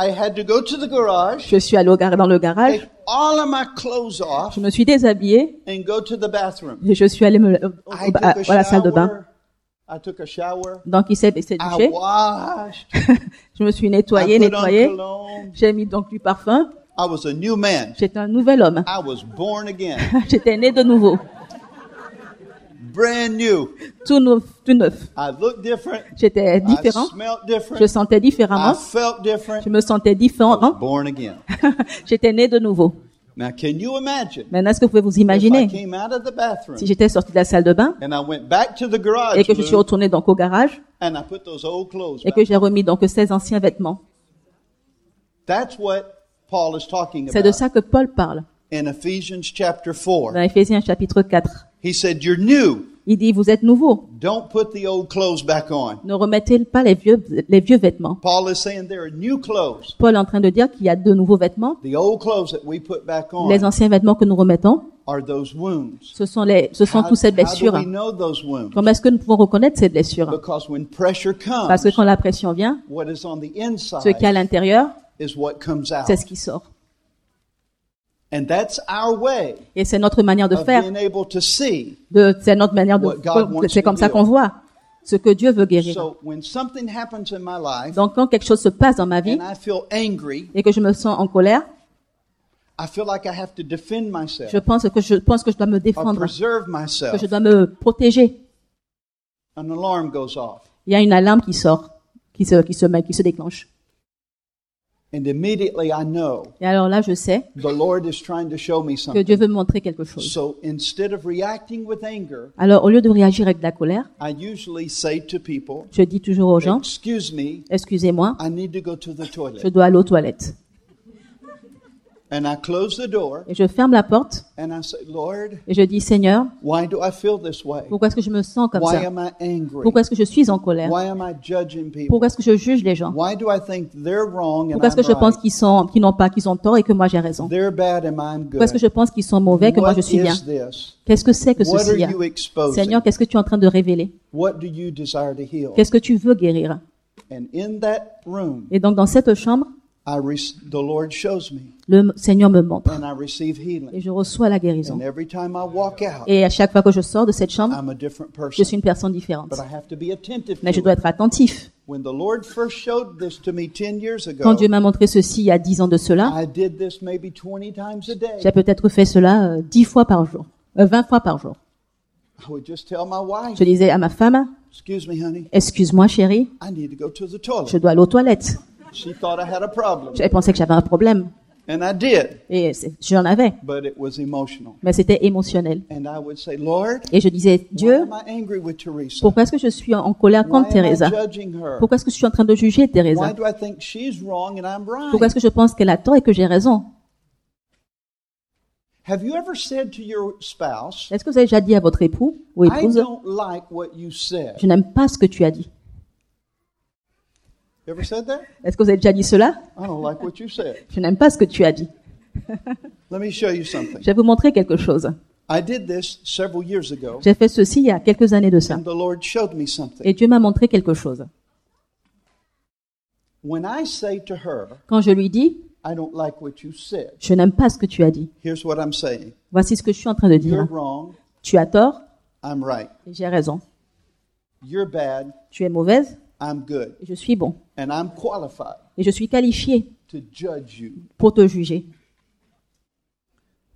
[SPEAKER 2] I had to go to the garage,
[SPEAKER 3] Je suis allée au gar- dans le garage,
[SPEAKER 2] take all of my clothes off,
[SPEAKER 3] je me suis déshabillée
[SPEAKER 2] and go to the bathroom.
[SPEAKER 3] et je suis allée me, au- au-
[SPEAKER 2] I Ah,
[SPEAKER 3] à,
[SPEAKER 2] took a
[SPEAKER 3] à la salle de bain.
[SPEAKER 2] shower. Ah, I took a shower.
[SPEAKER 3] Donc, il s'est il s'est
[SPEAKER 2] I
[SPEAKER 3] douché.
[SPEAKER 2] washed.
[SPEAKER 3] [laughs] Je me suis
[SPEAKER 2] I
[SPEAKER 3] nettoyée,
[SPEAKER 2] put on
[SPEAKER 3] nettoyée.
[SPEAKER 2] cologne.
[SPEAKER 3] J'ai mis donc du parfum.
[SPEAKER 2] I was a new man.
[SPEAKER 3] J'étais un nouvel homme. [laughs]
[SPEAKER 2] I was born again,
[SPEAKER 3] J'étais né de nouveau.
[SPEAKER 2] brand new.
[SPEAKER 3] Tout neuf. Tout neuf.
[SPEAKER 2] I looked different. Ah,
[SPEAKER 3] J'étais différent.
[SPEAKER 2] I smelled
[SPEAKER 3] Je
[SPEAKER 2] different.
[SPEAKER 3] sentais
[SPEAKER 2] I
[SPEAKER 3] différemment.
[SPEAKER 2] felt different.
[SPEAKER 3] Je me sentais
[SPEAKER 2] I was
[SPEAKER 3] différent.
[SPEAKER 2] born again.
[SPEAKER 3] [laughs] J'étais né de nouveau.
[SPEAKER 2] Now, can you imagine?
[SPEAKER 3] Maintenant, est-ce que vous pouvez vous
[SPEAKER 2] If I
[SPEAKER 3] imaginer
[SPEAKER 2] came out of the bathroom
[SPEAKER 3] si j'étais sortie de la salle de bain
[SPEAKER 2] and I went back to the garage
[SPEAKER 3] et que je suis
[SPEAKER 2] Lou,
[SPEAKER 3] retournée donc au garage
[SPEAKER 2] and I put those old clothes
[SPEAKER 3] et
[SPEAKER 2] back.
[SPEAKER 3] que j'ai remis donc ces anciens vêtements.
[SPEAKER 2] That's what Paul is talking
[SPEAKER 3] C'est de
[SPEAKER 2] about
[SPEAKER 3] ça que Paul parle
[SPEAKER 2] in Ephesians chapter 4.
[SPEAKER 3] dans Éphésiens chapitre 4.
[SPEAKER 2] He said, You're new.
[SPEAKER 3] Il dit, vous êtes nouveaux.
[SPEAKER 2] Don't put the old clothes back on.
[SPEAKER 3] Ne remettez pas les vieux, les vieux vêtements.
[SPEAKER 2] Paul is saying there are new clothes.
[SPEAKER 3] Paul est en train de dire qu'il y a de nouveaux vêtements.
[SPEAKER 2] The old clothes that we put back
[SPEAKER 3] Les
[SPEAKER 2] on
[SPEAKER 3] anciens vêtements que nous remettons,
[SPEAKER 2] are those wounds.
[SPEAKER 3] ce sont, les, ce sont
[SPEAKER 2] How-
[SPEAKER 3] toutes ces
[SPEAKER 2] how do
[SPEAKER 3] blessures.
[SPEAKER 2] we know those wounds?
[SPEAKER 3] Comment est-ce que nous pouvons reconnaître ces blessures
[SPEAKER 2] Because when pressure
[SPEAKER 3] Parce
[SPEAKER 2] comes,
[SPEAKER 3] que quand la pression vient,
[SPEAKER 2] what is on the
[SPEAKER 3] ce qui est à
[SPEAKER 2] inside
[SPEAKER 3] l'intérieur,
[SPEAKER 2] is what comes out.
[SPEAKER 3] c'est ce qui sort.
[SPEAKER 2] And that's our way
[SPEAKER 3] Et c'est notre manière de
[SPEAKER 2] of
[SPEAKER 3] faire.
[SPEAKER 2] being able to see.
[SPEAKER 3] de- C'est notre manière
[SPEAKER 2] What God wants
[SPEAKER 3] de. C'est
[SPEAKER 2] to
[SPEAKER 3] comme ça
[SPEAKER 2] heal.
[SPEAKER 3] qu'on voit ce que Dieu veut guérir.
[SPEAKER 2] So when something happens in my life
[SPEAKER 3] Donc quand quelque chose se passe dans ma vie
[SPEAKER 2] and I feel angry,
[SPEAKER 3] et que je me sens en colère,
[SPEAKER 2] I feel like I have to defend myself
[SPEAKER 3] je pense que je pense que je dois me
[SPEAKER 2] or
[SPEAKER 3] défendre,
[SPEAKER 2] preserve
[SPEAKER 3] que
[SPEAKER 2] myself.
[SPEAKER 3] je dois me protéger.
[SPEAKER 2] An alarm goes off.
[SPEAKER 3] Il y a une alarme qui sort, qui se qui se met, qui se déclenche.
[SPEAKER 2] And immediately I know
[SPEAKER 3] Et alors là, je sais
[SPEAKER 2] the Lord is trying to show me
[SPEAKER 3] que Dieu
[SPEAKER 2] something.
[SPEAKER 3] veut me montrer quelque chose.
[SPEAKER 2] So instead of reacting with anger,
[SPEAKER 3] Alors au lieu de réagir avec de la colère,
[SPEAKER 2] I usually say to people,
[SPEAKER 3] je dis toujours aux gens
[SPEAKER 2] Excuse me,
[SPEAKER 3] Excusez-moi,
[SPEAKER 2] I need to go to the toilet.
[SPEAKER 3] je dois aller aux toilettes.
[SPEAKER 2] And I close the door
[SPEAKER 3] Et je ferme la porte
[SPEAKER 2] and I say, Lord,
[SPEAKER 3] et je dis Seigneur,
[SPEAKER 2] why do I feel this way?
[SPEAKER 3] pourquoi est-ce que je me sens comme
[SPEAKER 2] Why
[SPEAKER 3] ça
[SPEAKER 2] am I angry?
[SPEAKER 3] Pourquoi est-ce que je suis en colère
[SPEAKER 2] Why am I judging people?
[SPEAKER 3] Pourquoi est-ce que je juge les gens
[SPEAKER 2] Why do I think they're wrong and
[SPEAKER 3] Pourquoi est-ce que je
[SPEAKER 2] I'm
[SPEAKER 3] pense
[SPEAKER 2] right?
[SPEAKER 3] qu'ils sont, qu'ils n'ont pas, qu'ils ont tort et que moi j'ai raison
[SPEAKER 2] They're bad and I'm
[SPEAKER 3] Pourquoi
[SPEAKER 2] good.
[SPEAKER 3] est-ce que je pense qu'ils sont mauvais et que moi
[SPEAKER 2] What
[SPEAKER 3] je suis bien
[SPEAKER 2] is this?
[SPEAKER 3] Qu'est-ce que c'est que
[SPEAKER 2] What are
[SPEAKER 3] ceci hein
[SPEAKER 2] you exposing?
[SPEAKER 3] Seigneur, qu'est-ce que tu es en train de révéler
[SPEAKER 2] What do you desire to heal?
[SPEAKER 3] Qu'est-ce que tu veux guérir
[SPEAKER 2] And in that room,
[SPEAKER 3] Et donc dans cette chambre,
[SPEAKER 2] I re- the Lord shows me
[SPEAKER 3] le Seigneur me montre
[SPEAKER 2] and I receive healing.
[SPEAKER 3] et je reçois la guérison.
[SPEAKER 2] And every time I walk out,
[SPEAKER 3] Et à chaque fois que je sors de cette chambre,
[SPEAKER 2] I'm a different
[SPEAKER 3] je suis
[SPEAKER 2] person.
[SPEAKER 3] une personne différente.
[SPEAKER 2] But I have to be attentive
[SPEAKER 3] Mais je
[SPEAKER 2] to
[SPEAKER 3] dois
[SPEAKER 2] it.
[SPEAKER 3] être attentif.
[SPEAKER 2] When the Lord first showed this to me 10 years
[SPEAKER 3] Quand
[SPEAKER 2] ago,
[SPEAKER 3] Dieu m'a montré ceci il y a dix ans de cela,
[SPEAKER 2] I did this maybe 20 times a day.
[SPEAKER 3] j'ai peut-être fait cela euh, dix fois par jour, euh, vingt fois par jour.
[SPEAKER 2] I would just tell my wife,
[SPEAKER 3] Je disais à ma femme,
[SPEAKER 2] Excuse me, honey,
[SPEAKER 3] excuse-moi chérie,
[SPEAKER 2] I need to go to the
[SPEAKER 3] je
[SPEAKER 2] toilet.
[SPEAKER 3] dois aller aux toilettes.
[SPEAKER 2] She thought I had a problem.
[SPEAKER 3] J'avais pensé que j'avais un problème.
[SPEAKER 2] And I did,
[SPEAKER 3] Et c'est- je l'avais,
[SPEAKER 2] but it was emotional.
[SPEAKER 3] mais c'était émotionnel.
[SPEAKER 2] And I would say, Lord,
[SPEAKER 3] Et je disais,
[SPEAKER 2] why
[SPEAKER 3] Dieu,
[SPEAKER 2] am I angry with Teresa?
[SPEAKER 3] pourquoi est-ce que je suis en en colère
[SPEAKER 2] Why
[SPEAKER 3] contre
[SPEAKER 2] am I
[SPEAKER 3] Teresa
[SPEAKER 2] judging her?
[SPEAKER 3] Pourquoi est-ce que je suis en train de juger
[SPEAKER 2] Why
[SPEAKER 3] Teresa
[SPEAKER 2] do I think she's wrong and I'm right?
[SPEAKER 3] Pourquoi est-ce que je pense qu'elle a tort et que j'ai raison
[SPEAKER 2] Have you ever said to your spouse,
[SPEAKER 3] Est-ce que vous avez déjà dit à votre époux ou
[SPEAKER 2] I
[SPEAKER 3] épouse,
[SPEAKER 2] don't like what you said?
[SPEAKER 3] je n'aime pas ce que tu as dit
[SPEAKER 2] You ever said that?
[SPEAKER 3] Est-ce que vous avez déjà dit cela
[SPEAKER 2] I don't like what you said.
[SPEAKER 3] Je n'aime pas ce que tu as dit.
[SPEAKER 2] Let me show you something.
[SPEAKER 3] Je vais vous montrer quelque chose.
[SPEAKER 2] I did this several years ago,
[SPEAKER 3] J'ai fait ceci il y a quelques années de ça.
[SPEAKER 2] and the Lord showed me something.
[SPEAKER 3] Et Dieu m'a montré quelque chose.
[SPEAKER 2] When I say to her,
[SPEAKER 3] Quand je lui dis,
[SPEAKER 2] I don't like what you said,
[SPEAKER 3] je n'aime pas ce que tu as dit,
[SPEAKER 2] here's what I'm saying
[SPEAKER 3] voici ce que je suis en train de
[SPEAKER 2] You're
[SPEAKER 3] dire.
[SPEAKER 2] wrong,
[SPEAKER 3] Tu as tort
[SPEAKER 2] I'm right.
[SPEAKER 3] et j'ai raison.
[SPEAKER 2] You're bad,
[SPEAKER 3] Tu es mauvaise
[SPEAKER 2] I'm good.
[SPEAKER 3] et je suis bon.
[SPEAKER 2] And I'm qualified
[SPEAKER 3] Et je suis qualifié
[SPEAKER 2] to judge you.
[SPEAKER 3] pour te juger.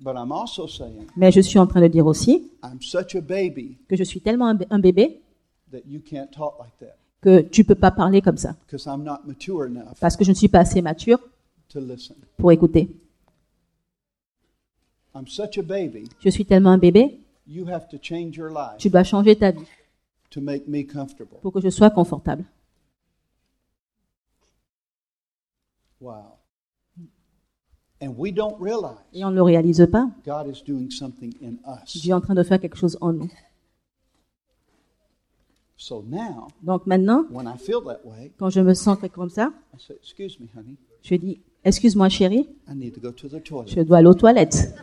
[SPEAKER 2] But I'm also saying,
[SPEAKER 3] Mais je suis en train de dire aussi
[SPEAKER 2] I'm such a baby
[SPEAKER 3] que je suis tellement un bé- un bébé
[SPEAKER 2] that you can't talk like that
[SPEAKER 3] que tu peux pas parler comme ça.
[SPEAKER 2] because I'm not mature enough
[SPEAKER 3] Parce que je ne suis pas assez mature
[SPEAKER 2] to listen.
[SPEAKER 3] pour écouter.
[SPEAKER 2] I'm such a baby,
[SPEAKER 3] Je suis tellement un bébé,
[SPEAKER 2] you have to change your life
[SPEAKER 3] tu dois changer ta vie
[SPEAKER 2] to make me comfortable.
[SPEAKER 3] pour que je sois confortable.
[SPEAKER 2] Wow. And we don't realize
[SPEAKER 3] Et on ne le réalise pas.
[SPEAKER 2] God is doing something in us.
[SPEAKER 3] Dieu est en train de faire quelque chose en nous.
[SPEAKER 2] So now,
[SPEAKER 3] Donc maintenant,
[SPEAKER 2] when I feel that way,
[SPEAKER 3] quand je me sens comme ça,
[SPEAKER 2] I say, Excuse me, honey,
[SPEAKER 3] je dis Excuse-moi, chérie,
[SPEAKER 2] I need to go to the toilet.
[SPEAKER 3] je dois aller aux toilettes.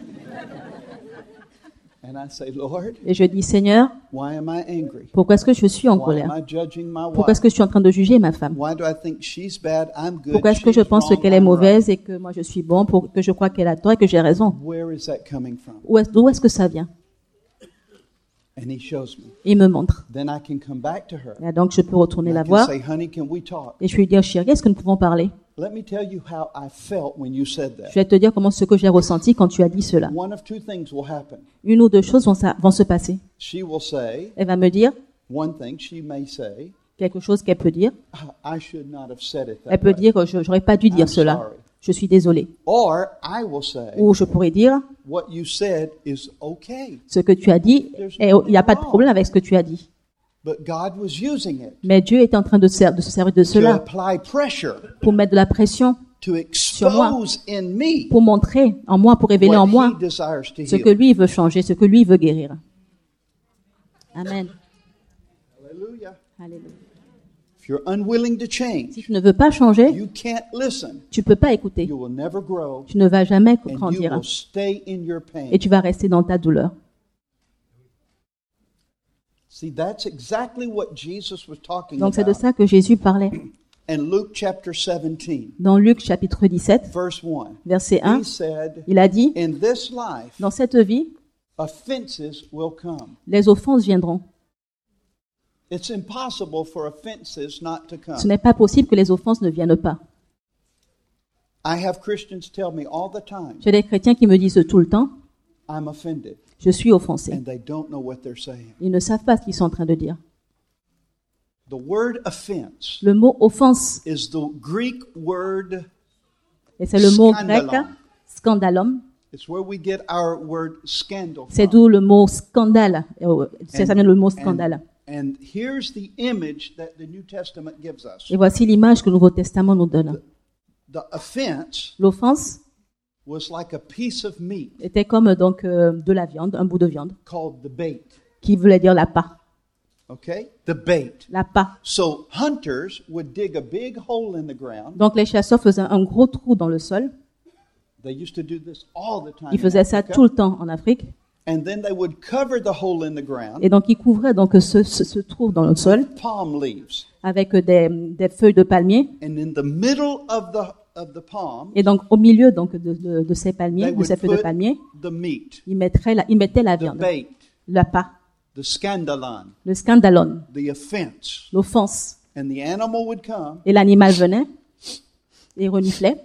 [SPEAKER 2] And I say, Lord,
[SPEAKER 3] Et je dis Seigneur,
[SPEAKER 2] why am I angry?
[SPEAKER 3] pourquoi est-ce que je suis en
[SPEAKER 2] Why am
[SPEAKER 3] colère
[SPEAKER 2] I judging my
[SPEAKER 3] Pourquoi
[SPEAKER 2] wife?
[SPEAKER 3] est-ce que je suis en train de juger ma femme
[SPEAKER 2] Why do I think she's bad? I'm good.
[SPEAKER 3] Pourquoi est-ce que je
[SPEAKER 2] she's
[SPEAKER 3] pense
[SPEAKER 2] wrong,
[SPEAKER 3] qu'elle est
[SPEAKER 2] I'm right?
[SPEAKER 3] mauvaise et que moi je suis bon, pour que je crois qu'elle a tort et que j'ai raison
[SPEAKER 2] Where is that coming from?
[SPEAKER 3] Où est- D'où est-ce que ça vient
[SPEAKER 2] And he shows me.
[SPEAKER 3] Il me montre.
[SPEAKER 2] Then I can come back to her.
[SPEAKER 3] Là, donc je peux retourner
[SPEAKER 2] And
[SPEAKER 3] la
[SPEAKER 2] I can
[SPEAKER 3] voir
[SPEAKER 2] say, honey, can we talk?
[SPEAKER 3] et je vais lui dire Chérie, est-ce que nous pouvons parler
[SPEAKER 2] Let me tell you how I felt when you said
[SPEAKER 3] Je
[SPEAKER 2] that.
[SPEAKER 3] vais te dire comment ce que j'ai ressenti quand tu as dit cela.
[SPEAKER 2] One of two things will happen.
[SPEAKER 3] Une ou deux choses vont, ça- vont se passer.
[SPEAKER 2] She will say,
[SPEAKER 3] Elle va me dire
[SPEAKER 2] one thing she may say,
[SPEAKER 3] quelque chose qu'elle peut dire.
[SPEAKER 2] "Ah, I should not have said it
[SPEAKER 3] Elle
[SPEAKER 2] that
[SPEAKER 3] peut
[SPEAKER 2] way.
[SPEAKER 3] dire Je n'aurais pas dû
[SPEAKER 2] I'm
[SPEAKER 3] dire cela.
[SPEAKER 2] sorry.
[SPEAKER 3] Je suis désolée.
[SPEAKER 2] Or I will say,
[SPEAKER 3] Ou je pourrais dire
[SPEAKER 2] what you said is okay,
[SPEAKER 3] ce que tu as dit, et il n'y a pas de problème avec ce que tu as dit.
[SPEAKER 2] but God was using it
[SPEAKER 3] Mais Dieu est en train de, ser- de se servir de
[SPEAKER 2] to
[SPEAKER 3] cela
[SPEAKER 2] apply pressure
[SPEAKER 3] pour mettre de la pression,
[SPEAKER 2] to expose in me
[SPEAKER 3] pour montrer en moi, pour révéler en
[SPEAKER 2] what
[SPEAKER 3] moi
[SPEAKER 2] He desires to
[SPEAKER 3] ce que
[SPEAKER 2] heal.
[SPEAKER 3] lui veut changer, ce que lui veut guérir. Amen.
[SPEAKER 2] Hallelujah.
[SPEAKER 3] Alléluia.
[SPEAKER 2] If you're unwilling to
[SPEAKER 3] Si
[SPEAKER 2] change,
[SPEAKER 3] tu ne veux pas changer,
[SPEAKER 2] you can't listen.
[SPEAKER 3] tu ne peux pas écouter.
[SPEAKER 2] You will never grow,
[SPEAKER 3] Tu ne vas jamais
[SPEAKER 2] and you
[SPEAKER 3] grandir
[SPEAKER 2] will stay in your pain.
[SPEAKER 3] et tu vas rester dans ta douleur.
[SPEAKER 2] See, that's exactly what Jesus was talking
[SPEAKER 3] Donc c'est de
[SPEAKER 2] about
[SPEAKER 3] ça que Jésus parlait
[SPEAKER 2] in Luke chapter 17,
[SPEAKER 3] dans Luc chapitre 17,
[SPEAKER 2] verse 1.
[SPEAKER 3] verset 1.
[SPEAKER 2] He said,
[SPEAKER 3] Il a dit,
[SPEAKER 2] In this life,
[SPEAKER 3] dans cette vie,
[SPEAKER 2] offenses will come.
[SPEAKER 3] les offenses viendront.
[SPEAKER 2] It's impossible for offenses not to
[SPEAKER 3] Ce
[SPEAKER 2] come.
[SPEAKER 3] n'est pas possible que les offenses ne viennent pas.
[SPEAKER 2] I have Christians tell me all the time,
[SPEAKER 3] J'ai des chrétiens qui me disent tout le temps,
[SPEAKER 2] I'm offended,
[SPEAKER 3] je suis offensé.
[SPEAKER 2] and they don't know what they're saying.
[SPEAKER 3] Ils ne savent pas ce qu'ils sont en train de dire.
[SPEAKER 2] The word offense
[SPEAKER 3] Le mot offense,
[SPEAKER 2] is the Greek word,
[SPEAKER 3] et c'est le mot grec,
[SPEAKER 2] Scandalon.
[SPEAKER 3] scandalum,
[SPEAKER 2] it's where we get our word scandal
[SPEAKER 3] c'est
[SPEAKER 2] from.
[SPEAKER 3] d'où le mot scandale, euh, c'est- ça vient le mot scandale.
[SPEAKER 2] And here's the image that the New Testament gives us.
[SPEAKER 3] Et voici l'image que le Nouveau Testament nous donne.
[SPEAKER 2] The offense
[SPEAKER 3] L'offense
[SPEAKER 2] was like a piece of meat
[SPEAKER 3] était comme donc euh, de la viande, un bout de viande,
[SPEAKER 2] called the bait.
[SPEAKER 3] qui voulait dire la part.
[SPEAKER 2] Okay? The bait.
[SPEAKER 3] La part.
[SPEAKER 2] So hunters would dig a big hole in the ground.
[SPEAKER 3] Donc les chasseurs faisaient un gros trou dans le sol.
[SPEAKER 2] They used to do this all the time.
[SPEAKER 3] Ils
[SPEAKER 2] in
[SPEAKER 3] faisaient ça
[SPEAKER 2] Africa.
[SPEAKER 3] tout le temps en Afrique.
[SPEAKER 2] And then they would cover the hole in the ground
[SPEAKER 3] Et donc ils couvraient donc ce, ce- ce trou dans le sol
[SPEAKER 2] with palm leaves.
[SPEAKER 3] avec des, des feuilles de palmier.
[SPEAKER 2] And in the middle of the of the palm,
[SPEAKER 3] Et donc au milieu donc de, de- de ces palmiers,
[SPEAKER 2] they
[SPEAKER 3] de
[SPEAKER 2] would
[SPEAKER 3] ces feuilles de
[SPEAKER 2] put
[SPEAKER 3] palmier,
[SPEAKER 2] the meat,
[SPEAKER 3] ils mettraient la, ils mettaient la
[SPEAKER 2] the
[SPEAKER 3] viande,
[SPEAKER 2] bait,
[SPEAKER 3] la part,
[SPEAKER 2] the scandalon,
[SPEAKER 3] le scandalone,
[SPEAKER 2] the offense.
[SPEAKER 3] l'offense.
[SPEAKER 2] And the animal would come
[SPEAKER 3] Et l'animal venait et reniflait.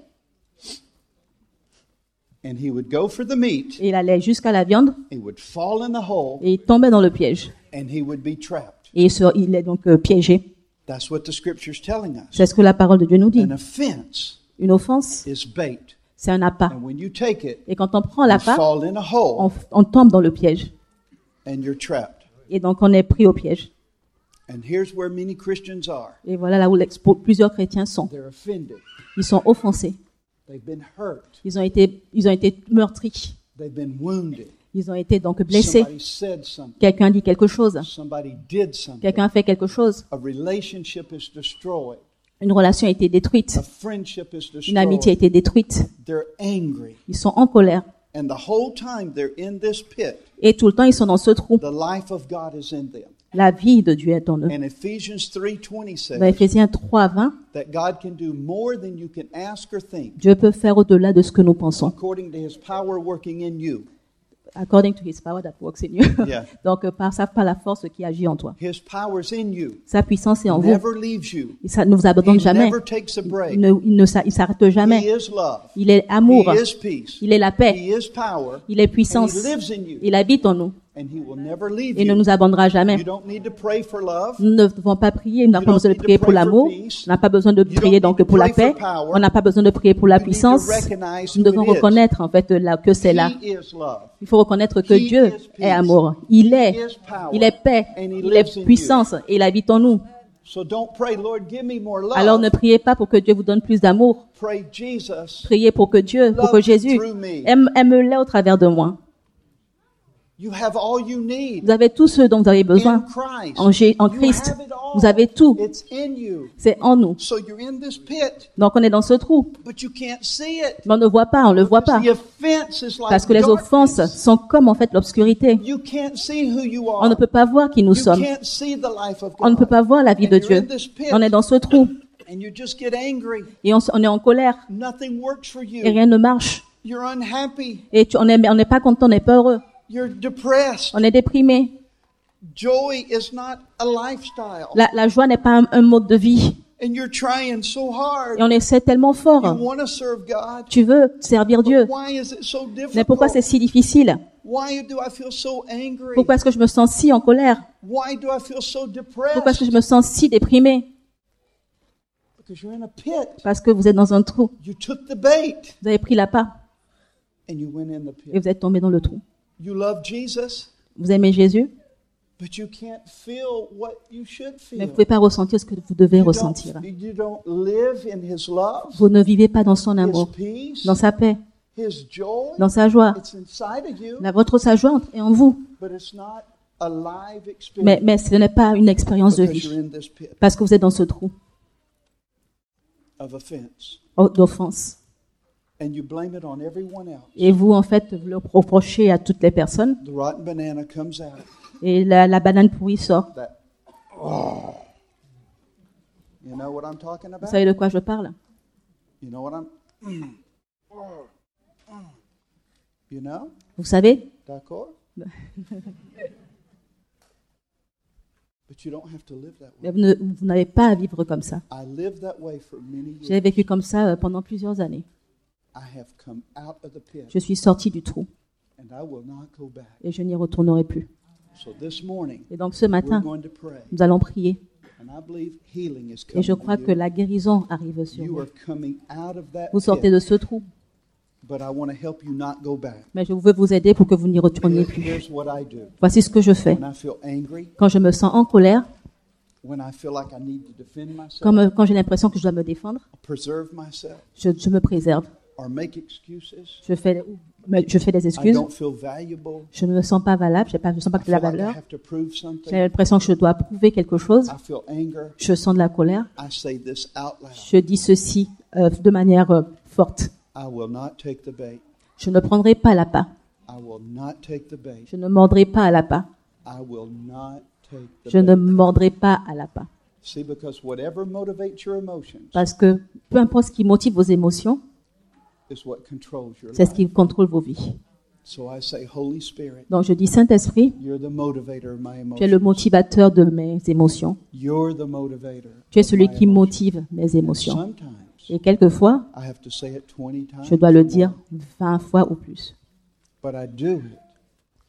[SPEAKER 2] and he would go for the meat.
[SPEAKER 3] Et il allait jusqu'à la viande
[SPEAKER 2] He would fall in the hole
[SPEAKER 3] et il tombait dans le piège.
[SPEAKER 2] and he would be trapped.
[SPEAKER 3] Et il, se- il est donc euh, piégé.
[SPEAKER 2] That's what the scripture's telling us.
[SPEAKER 3] C'est ce que la parole de Dieu nous dit.
[SPEAKER 2] An offense
[SPEAKER 3] Une offense,
[SPEAKER 2] is bait.
[SPEAKER 3] c'est un appât.
[SPEAKER 2] And when you take it,
[SPEAKER 3] Et quand on prend
[SPEAKER 2] you
[SPEAKER 3] l'appât,
[SPEAKER 2] fall in a
[SPEAKER 3] on,
[SPEAKER 2] hole
[SPEAKER 3] on tombe dans le piège.
[SPEAKER 2] and you're trapped.
[SPEAKER 3] Et donc on est pris au piège.
[SPEAKER 2] And here's where many Christians are.
[SPEAKER 3] Et voilà là où l'expo- plusieurs chrétiens sont.
[SPEAKER 2] They're offended.
[SPEAKER 3] Ils sont offensés.
[SPEAKER 2] They've been hurt.
[SPEAKER 3] Ils ont été, ils ont été meurtris.
[SPEAKER 2] They've been wounded.
[SPEAKER 3] Ils ont été donc blessés.
[SPEAKER 2] Somebody said something.
[SPEAKER 3] Quelqu'un dit quelque chose.
[SPEAKER 2] Somebody did something.
[SPEAKER 3] Quelqu'un fait quelque chose.
[SPEAKER 2] A relationship is destroyed.
[SPEAKER 3] Une relation a été détruite.
[SPEAKER 2] A friendship is
[SPEAKER 3] Une amitié a
[SPEAKER 2] destroyed.
[SPEAKER 3] été détruite.
[SPEAKER 2] They're angry.
[SPEAKER 3] Ils sont en colère.
[SPEAKER 2] And the whole time they're in this pit,
[SPEAKER 3] Et tout le temps, ils sont dans ce trou.
[SPEAKER 2] the life of God is in them.
[SPEAKER 3] La vie de Dieu est en eux.
[SPEAKER 2] And Ephesians 3:20
[SPEAKER 3] Dans
[SPEAKER 2] says
[SPEAKER 3] Éphésiens 3, 20,
[SPEAKER 2] that God can do more than you can ask or think
[SPEAKER 3] Dieu peut faire au-delà de ce que nous pensons.
[SPEAKER 2] according to his power working in you.
[SPEAKER 3] According to his power that works in you.
[SPEAKER 2] Yeah.
[SPEAKER 3] [laughs] Donc, euh, par, sa- par la force qui agit en toi.
[SPEAKER 2] His power's in you.
[SPEAKER 3] Sa puissance est en vous.
[SPEAKER 2] Never leaves you.
[SPEAKER 3] Et ça ne vous abandonne
[SPEAKER 2] He
[SPEAKER 3] jamais.
[SPEAKER 2] never takes a
[SPEAKER 3] Il
[SPEAKER 2] break.
[SPEAKER 3] ne, il ne s'a- il s'arrête
[SPEAKER 2] He
[SPEAKER 3] jamais.
[SPEAKER 2] is love.
[SPEAKER 3] Il est
[SPEAKER 2] He
[SPEAKER 3] amour.
[SPEAKER 2] is peace.
[SPEAKER 3] Il est la paix.
[SPEAKER 2] He is power.
[SPEAKER 3] Il est
[SPEAKER 2] And
[SPEAKER 3] puissance.
[SPEAKER 2] he lives in you.
[SPEAKER 3] Il habite en nous.
[SPEAKER 2] And he will never leave
[SPEAKER 3] Il ne
[SPEAKER 2] you.
[SPEAKER 3] nous abandonnera
[SPEAKER 2] You
[SPEAKER 3] jamais.
[SPEAKER 2] don't need to pray for love.
[SPEAKER 3] Nous ne devons pas prier. Nous n'avons
[SPEAKER 2] You
[SPEAKER 3] pas
[SPEAKER 2] don't
[SPEAKER 3] besoin de
[SPEAKER 2] need to
[SPEAKER 3] prier pour
[SPEAKER 2] pray for
[SPEAKER 3] l'amour.
[SPEAKER 2] peace.
[SPEAKER 3] On n'a pas besoin de
[SPEAKER 2] don't
[SPEAKER 3] prier
[SPEAKER 2] need
[SPEAKER 3] donc
[SPEAKER 2] to
[SPEAKER 3] pour la
[SPEAKER 2] pray
[SPEAKER 3] paix.
[SPEAKER 2] for power.
[SPEAKER 3] On n'a pas besoin de prier pour la
[SPEAKER 2] You need to
[SPEAKER 3] puissance.
[SPEAKER 2] recognize
[SPEAKER 3] Nous
[SPEAKER 2] who
[SPEAKER 3] devons
[SPEAKER 2] it is.
[SPEAKER 3] reconnaître en fait là que c'est là.
[SPEAKER 2] He is love.
[SPEAKER 3] Il faut reconnaître que
[SPEAKER 2] He
[SPEAKER 3] Dieu
[SPEAKER 2] is peace.
[SPEAKER 3] est amour. Il
[SPEAKER 2] He
[SPEAKER 3] est,
[SPEAKER 2] is power.
[SPEAKER 3] il est paix,
[SPEAKER 2] And he
[SPEAKER 3] il
[SPEAKER 2] lives in
[SPEAKER 3] est
[SPEAKER 2] you.
[SPEAKER 3] puissance et il habite en nous.
[SPEAKER 2] So don't pray, Lord, give me more love.
[SPEAKER 3] Alors ne priez pas pour que Dieu vous donne plus d'amour.
[SPEAKER 2] Pray, Jesus,
[SPEAKER 3] Priez pour que Dieu, pour que
[SPEAKER 2] Love
[SPEAKER 3] Jésus
[SPEAKER 2] through me.
[SPEAKER 3] aime, aime-les au travers de moi.
[SPEAKER 2] you have all you need
[SPEAKER 3] Vous avez tout ce dont vous avez besoin
[SPEAKER 2] in Christ.
[SPEAKER 3] en, Jé- en
[SPEAKER 2] You
[SPEAKER 3] Christ.
[SPEAKER 2] have it all.
[SPEAKER 3] Vous avez tout.
[SPEAKER 2] It's in you.
[SPEAKER 3] C'est en nous.
[SPEAKER 2] So you're in this pit,
[SPEAKER 3] Donc on est dans ce trou.
[SPEAKER 2] but you can't see it.
[SPEAKER 3] Mais on ne voit pas, on ne le voit pas.
[SPEAKER 2] The offense is like
[SPEAKER 3] Parce que les offenses
[SPEAKER 2] darkness.
[SPEAKER 3] sont comme en fait l'obscurité.
[SPEAKER 2] You can't see who you are.
[SPEAKER 3] On ne peut pas voir qui nous
[SPEAKER 2] you
[SPEAKER 3] sommes.
[SPEAKER 2] can't see the life of God.
[SPEAKER 3] On ne peut pas voir la vie
[SPEAKER 2] And
[SPEAKER 3] de
[SPEAKER 2] you're
[SPEAKER 3] Dieu.
[SPEAKER 2] in this pit.
[SPEAKER 3] On est dans ce trou
[SPEAKER 2] And you just get angry.
[SPEAKER 3] et on, s- on est en colère
[SPEAKER 2] Nothing works for you.
[SPEAKER 3] et rien ne marche.
[SPEAKER 2] You're unhappy.
[SPEAKER 3] Et tu- on est- on n'est pas content, on n'est pas heureux.
[SPEAKER 2] You're depressed.
[SPEAKER 3] On est déprimé.
[SPEAKER 2] Joy is not a lifestyle.
[SPEAKER 3] La, la joie n'est pas un, un mode de vie.
[SPEAKER 2] and you're trying so hard.
[SPEAKER 3] Et on essaie tellement
[SPEAKER 2] You
[SPEAKER 3] fort.
[SPEAKER 2] want to serve God.
[SPEAKER 3] Tu veux servir Dieu.
[SPEAKER 2] But why is it so
[SPEAKER 3] Mais
[SPEAKER 2] difficult?
[SPEAKER 3] pourquoi c'est si difficile
[SPEAKER 2] Why do I feel so angry?
[SPEAKER 3] Pourquoi est-ce que je me sens si en colère
[SPEAKER 2] Why do I feel so depressed?
[SPEAKER 3] Pourquoi est-ce que je me sens si déprimé
[SPEAKER 2] Because you're in a pit.
[SPEAKER 3] Parce que vous êtes dans un trou.
[SPEAKER 2] You took the bait
[SPEAKER 3] Vous avez pris la part
[SPEAKER 2] and you went in the pit.
[SPEAKER 3] et vous êtes tombé dans le trou.
[SPEAKER 2] You love Jesus,
[SPEAKER 3] Vous aimez Jésus,
[SPEAKER 2] but you can't feel what you should feel.
[SPEAKER 3] mais vous ne pouvez pas ressentir ce que vous devez
[SPEAKER 2] you,
[SPEAKER 3] ressentir.
[SPEAKER 2] Don't, you don't live in His love,
[SPEAKER 3] Vous ne vivez pas dans son
[SPEAKER 2] His
[SPEAKER 3] amour,
[SPEAKER 2] peace,
[SPEAKER 3] dans sa paix,
[SPEAKER 2] His joy.
[SPEAKER 3] dans sa joie.
[SPEAKER 2] It's inside of you,
[SPEAKER 3] La, votre sa joie est en vous,
[SPEAKER 2] but it's not a live
[SPEAKER 3] mais,
[SPEAKER 2] experience
[SPEAKER 3] mais ce n'est pas une expérience de
[SPEAKER 2] because you're
[SPEAKER 3] vie
[SPEAKER 2] in this pit
[SPEAKER 3] parce que vous êtes dans ce trou
[SPEAKER 2] of offense.
[SPEAKER 3] d'offense.
[SPEAKER 2] And you blame it on everyone else.
[SPEAKER 3] Et vous, en fait, vous le reprochez à toutes les personnes
[SPEAKER 2] The rotten banana comes out.
[SPEAKER 3] et la, la banane pourrie sort.
[SPEAKER 2] That, oh. You know what I'm talking
[SPEAKER 3] Vous
[SPEAKER 2] about?
[SPEAKER 3] savez de quoi je parle
[SPEAKER 2] You know what I'm. mm, oh, You know?
[SPEAKER 3] Vous savez
[SPEAKER 2] [laughs] D'accord? but you don't have to live that way.
[SPEAKER 3] Mais Vous ne- vous n'avez pas à vivre comme ça.
[SPEAKER 2] I lived that way for many years.
[SPEAKER 3] J'ai vécu comme ça euh, pendant plusieurs années.
[SPEAKER 2] I have come out of the pit
[SPEAKER 3] Je suis sortie du trou
[SPEAKER 2] and I will not go back.
[SPEAKER 3] et je n'y retournerai plus.
[SPEAKER 2] So this morning,
[SPEAKER 3] Et donc ce
[SPEAKER 2] we're
[SPEAKER 3] matin,
[SPEAKER 2] going to pray.
[SPEAKER 3] nous allons prier
[SPEAKER 2] And I believe healing is
[SPEAKER 3] et
[SPEAKER 2] coming.
[SPEAKER 3] je crois
[SPEAKER 2] to
[SPEAKER 3] que
[SPEAKER 2] you.
[SPEAKER 3] la guérison arrive sur
[SPEAKER 2] you
[SPEAKER 3] vous.
[SPEAKER 2] are coming out of that
[SPEAKER 3] Vous sortez
[SPEAKER 2] pit,
[SPEAKER 3] de ce trou,
[SPEAKER 2] but I want to help you not go back.
[SPEAKER 3] mais je veux vous aider pour que vous n'y retourniez
[SPEAKER 2] Here-
[SPEAKER 3] plus.
[SPEAKER 2] Here's what I do.
[SPEAKER 3] Voici ce que je fais.
[SPEAKER 2] When I feel angry,
[SPEAKER 3] Quand je me sens en colère,
[SPEAKER 2] when I feel like I need to defend myself,
[SPEAKER 3] quand, me- quand j'ai l'impression que je dois me défendre,
[SPEAKER 2] preserve myself,
[SPEAKER 3] je, je me préserve.
[SPEAKER 2] or make excuses,
[SPEAKER 3] Je fais, mais je fais des
[SPEAKER 2] I
[SPEAKER 3] excuses.
[SPEAKER 2] don't feel valuable.
[SPEAKER 3] Je ne me sens pas valable. j'ai pas- Je ne sens pas
[SPEAKER 2] I
[SPEAKER 3] que j'ai la
[SPEAKER 2] feel like I
[SPEAKER 3] valeur.
[SPEAKER 2] have to prove
[SPEAKER 3] J'ai
[SPEAKER 2] something.
[SPEAKER 3] l'impression que je dois prouver quelque chose.
[SPEAKER 2] I feel anger.
[SPEAKER 3] Je sens de la colère.
[SPEAKER 2] I say this out loud.
[SPEAKER 3] Je dis ceci euh, de manière euh, forte.
[SPEAKER 2] I will not take the bait.
[SPEAKER 3] Je ne prendrai pas la part.
[SPEAKER 2] I will not take the bait.
[SPEAKER 3] Je ne mordrai pas à la part.
[SPEAKER 2] I will not take the
[SPEAKER 3] Je
[SPEAKER 2] bait.
[SPEAKER 3] ne mordrai pas à la part.
[SPEAKER 2] See, because whatever motivates your emotions
[SPEAKER 3] Parce que peu importe ce qui motive vos émotions,
[SPEAKER 2] is what controls your
[SPEAKER 3] c'est ce
[SPEAKER 2] life.
[SPEAKER 3] qui contrôle vos vies.
[SPEAKER 2] So I say, Holy Spirit,
[SPEAKER 3] Donc je dis Saint-Esprit,
[SPEAKER 2] you're the motivator of my
[SPEAKER 3] tu es le
[SPEAKER 2] emotions.
[SPEAKER 3] motivateur de mes émotions.
[SPEAKER 2] You're the motivator.
[SPEAKER 3] Tu es
[SPEAKER 2] of
[SPEAKER 3] celui
[SPEAKER 2] my
[SPEAKER 3] qui
[SPEAKER 2] emotions.
[SPEAKER 3] motive mes émotions.
[SPEAKER 2] Sometimes
[SPEAKER 3] Et quelquefois,
[SPEAKER 2] I have to say it 20 times.
[SPEAKER 3] je dois le
[SPEAKER 2] or more,
[SPEAKER 3] dire 20 fois ou plus.
[SPEAKER 2] But I do it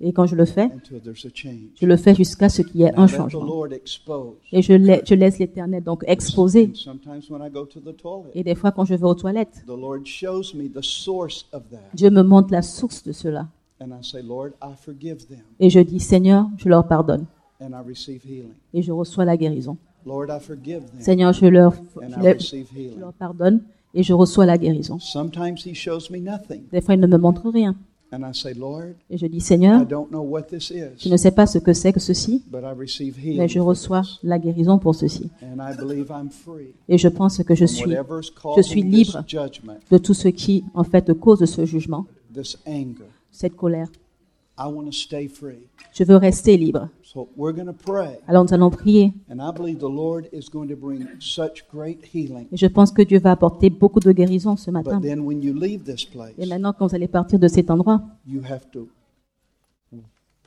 [SPEAKER 3] Et quand je le fais,
[SPEAKER 2] until there's a change.
[SPEAKER 3] je le fais jusqu'à ce qu'il y ait
[SPEAKER 2] And I
[SPEAKER 3] un
[SPEAKER 2] let the
[SPEAKER 3] changement.
[SPEAKER 2] Lord expose.
[SPEAKER 3] Et je, lai- je laisse l'éternel donc exposer.
[SPEAKER 2] And sometimes when I go to the toilet,
[SPEAKER 3] Et des fois, quand je vais aux toilettes,
[SPEAKER 2] the Lord shows me the source of that.
[SPEAKER 3] Dieu me montre la source de cela.
[SPEAKER 2] And I say, Lord, I forgive them.
[SPEAKER 3] Et je dis, Seigneur, je leur pardonne.
[SPEAKER 2] And I receive healing.
[SPEAKER 3] Et je reçois la guérison.
[SPEAKER 2] Lord, I forgive them.
[SPEAKER 3] Seigneur, je leur,
[SPEAKER 2] And
[SPEAKER 3] je
[SPEAKER 2] I
[SPEAKER 3] leur-
[SPEAKER 2] receive
[SPEAKER 3] je
[SPEAKER 2] healing.
[SPEAKER 3] leur pardonne et je reçois la guérison.
[SPEAKER 2] Sometimes He shows me nothing.
[SPEAKER 3] Des fois, ils ne me montrent rien.
[SPEAKER 2] And I say, Lord,
[SPEAKER 3] Et je dis,
[SPEAKER 2] I
[SPEAKER 3] Seigneur,
[SPEAKER 2] don't know what this
[SPEAKER 3] je
[SPEAKER 2] is,
[SPEAKER 3] ne sais pas ce que c'est que ceci,
[SPEAKER 2] but I receive
[SPEAKER 3] mais
[SPEAKER 2] healing.
[SPEAKER 3] je
[SPEAKER 2] for
[SPEAKER 3] reçois
[SPEAKER 2] this.
[SPEAKER 3] la guérison pour ceci.
[SPEAKER 2] And I believe I'm free.
[SPEAKER 3] Et je pense que je
[SPEAKER 2] from
[SPEAKER 3] suis
[SPEAKER 2] whatever's causing this
[SPEAKER 3] libre.
[SPEAKER 2] judgment,
[SPEAKER 3] de tout ce qui, en fait, cause ce jugement,
[SPEAKER 2] this anger.
[SPEAKER 3] cette colère.
[SPEAKER 2] I want to stay free.
[SPEAKER 3] Je veux rester libre.
[SPEAKER 2] So we're going to pray.
[SPEAKER 3] Alors nous allons prier.
[SPEAKER 2] And I believe the Lord is going to bring such great healing.
[SPEAKER 3] Et je pense que Dieu va apporter beaucoup de guérison ce matin.
[SPEAKER 2] But then when you leave this place,
[SPEAKER 3] Et maintenant, quand vous allez partir de cet endroit,
[SPEAKER 2] you have to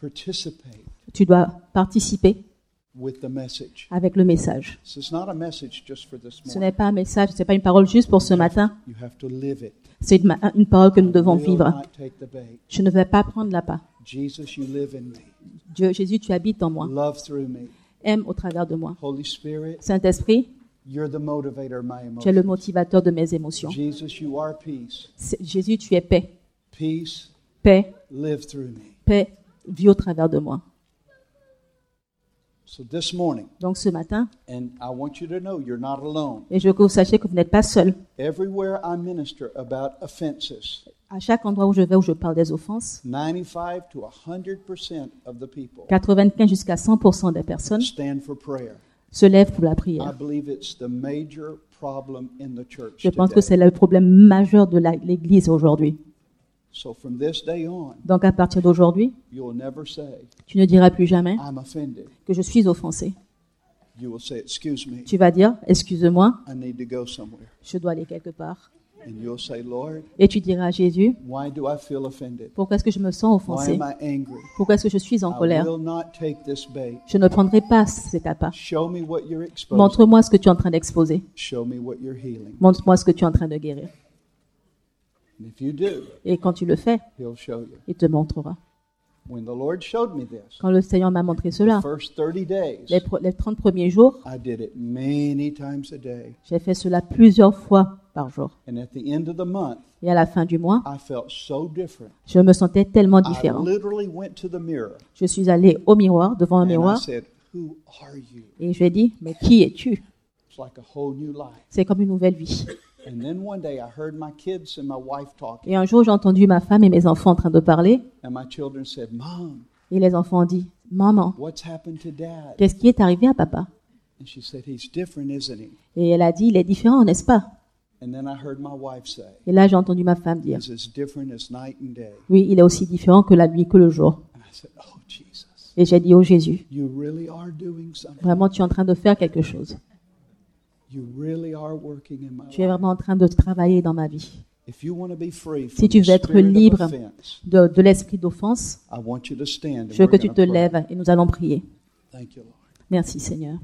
[SPEAKER 2] participate
[SPEAKER 3] tu dois participer
[SPEAKER 2] with the message.
[SPEAKER 3] avec le message.
[SPEAKER 2] This is not a message just for this
[SPEAKER 3] Ce
[SPEAKER 2] morning.
[SPEAKER 3] n'est pas un message, ce n'est pas une parole juste pour ce matin.
[SPEAKER 2] You have to live it.
[SPEAKER 3] C'est une, ma- une parole que nous devons
[SPEAKER 2] Will
[SPEAKER 3] vivre.
[SPEAKER 2] not take the bait.
[SPEAKER 3] Je ne vais pas prendre la part.
[SPEAKER 2] Jesus, you live in me.
[SPEAKER 3] Dieu, Jésus, tu habites en moi.
[SPEAKER 2] Love through me.
[SPEAKER 3] Aime au travers de moi.
[SPEAKER 2] Holy Spirit,
[SPEAKER 3] Saint-Esprit,
[SPEAKER 2] you're the motivator of my
[SPEAKER 3] tu es le
[SPEAKER 2] emotions.
[SPEAKER 3] motivateur de mes émotions.
[SPEAKER 2] Jesus, you are peace.
[SPEAKER 3] C'est- Jésus, tu es paix.
[SPEAKER 2] Peace,
[SPEAKER 3] Paix,
[SPEAKER 2] live through me.
[SPEAKER 3] paix, vie au travers de moi.
[SPEAKER 2] So this morning,
[SPEAKER 3] Donc ce matin,
[SPEAKER 2] and I want you to know you're not alone.
[SPEAKER 3] et je veux que vous sachiez que vous n'êtes pas seul.
[SPEAKER 2] Everywhere I minister about offenses,
[SPEAKER 3] À chaque endroit où je vais, où je parle des offenses,
[SPEAKER 2] 95 to 100% of the people
[SPEAKER 3] 95 jusqu'à 100% des personnes
[SPEAKER 2] stand for prayer.
[SPEAKER 3] se lèvent pour la
[SPEAKER 2] I
[SPEAKER 3] prière.
[SPEAKER 2] believe it's the major problem in the church
[SPEAKER 3] Je pense
[SPEAKER 2] today.
[SPEAKER 3] que c'est le problème majeur de la- l'Église aujourd'hui.
[SPEAKER 2] So from this day on,
[SPEAKER 3] Donc à partir d'aujourd'hui,
[SPEAKER 2] you'll never say,
[SPEAKER 3] tu ne diras plus jamais
[SPEAKER 2] I'm offended.
[SPEAKER 3] que je suis offensé.
[SPEAKER 2] You will say, Excuse me,
[SPEAKER 3] Tu vas dire, excuse-moi,
[SPEAKER 2] I need to go somewhere.
[SPEAKER 3] je dois aller quelque part.
[SPEAKER 2] And you'll say, Lord,
[SPEAKER 3] Et tu diras à Jésus,
[SPEAKER 2] why do I feel offended?
[SPEAKER 3] pourquoi est-ce que je me sens
[SPEAKER 2] Why
[SPEAKER 3] offensé
[SPEAKER 2] am I angry?
[SPEAKER 3] Pourquoi est-ce que je suis en
[SPEAKER 2] I
[SPEAKER 3] colère
[SPEAKER 2] will not take this bait.
[SPEAKER 3] Je ne prendrai pas cet appât.
[SPEAKER 2] Show me what you're exposing.
[SPEAKER 3] Montre-moi ce que tu es en train d'exposer.
[SPEAKER 2] Show me what you're healing.
[SPEAKER 3] Montre-moi ce que tu es en train de guérir.
[SPEAKER 2] And if you do,
[SPEAKER 3] Et quand tu le fais,
[SPEAKER 2] He'll show you.
[SPEAKER 3] il te montrera.
[SPEAKER 2] When the Lord showed me this,
[SPEAKER 3] Quand le Seigneur m'a montré
[SPEAKER 2] the
[SPEAKER 3] cela,
[SPEAKER 2] first 30 days,
[SPEAKER 3] les, pro- les 30 premiers jours,
[SPEAKER 2] I did it many times a day.
[SPEAKER 3] j'ai fait cela plusieurs fois par jour.
[SPEAKER 2] And at the end of the month,
[SPEAKER 3] Et à la fin du mois,
[SPEAKER 2] I felt so different.
[SPEAKER 3] je me sentais tellement
[SPEAKER 2] I
[SPEAKER 3] différent.
[SPEAKER 2] literally went to the mirror
[SPEAKER 3] Je suis allée au miroir, devant un
[SPEAKER 2] and I
[SPEAKER 3] miroir,
[SPEAKER 2] said, Who are you?
[SPEAKER 3] et je lui ai dit, mais qui es-tu
[SPEAKER 2] It's like a whole new life.
[SPEAKER 3] C'est comme une nouvelle vie.
[SPEAKER 2] And then one day I heard my kids and my wife talking,
[SPEAKER 3] Et un jour, j'ai entendu ma femme et mes enfants en train de parler,
[SPEAKER 2] and my children said, Mom,
[SPEAKER 3] et les enfants ont dit, maman,
[SPEAKER 2] what's happened to dad?
[SPEAKER 3] qu'est-ce qui est arrivé à papa
[SPEAKER 2] And she said, He's different, isn't he?
[SPEAKER 3] Et elle a dit, il est différent, n'est-ce pas
[SPEAKER 2] And then I heard my wife say,
[SPEAKER 3] Et là, j'ai entendu ma femme dire,
[SPEAKER 2] He's as different as night and day.
[SPEAKER 3] oui, il est aussi différent que la nuit, que le jour.
[SPEAKER 2] And I said, Oh, Jesus,
[SPEAKER 3] Et j'ai dit, oh Jésus,
[SPEAKER 2] you really are doing something.
[SPEAKER 3] vraiment, tu es en train de faire quelque chose.
[SPEAKER 2] You really are working in my
[SPEAKER 3] Tu es
[SPEAKER 2] life.
[SPEAKER 3] vraiment en train de travailler dans ma vie.
[SPEAKER 2] If you want to be free from
[SPEAKER 3] Si tu
[SPEAKER 2] the
[SPEAKER 3] veux être
[SPEAKER 2] spirit of
[SPEAKER 3] libre,
[SPEAKER 2] offense,
[SPEAKER 3] de, de l'esprit d'offense,
[SPEAKER 2] I want you to stand. and
[SPEAKER 3] je veux
[SPEAKER 2] we're
[SPEAKER 3] que tu
[SPEAKER 2] gonna pray.
[SPEAKER 3] te lèves et nous allons prier.
[SPEAKER 2] Thank you, Lord.
[SPEAKER 3] Merci Seigneur.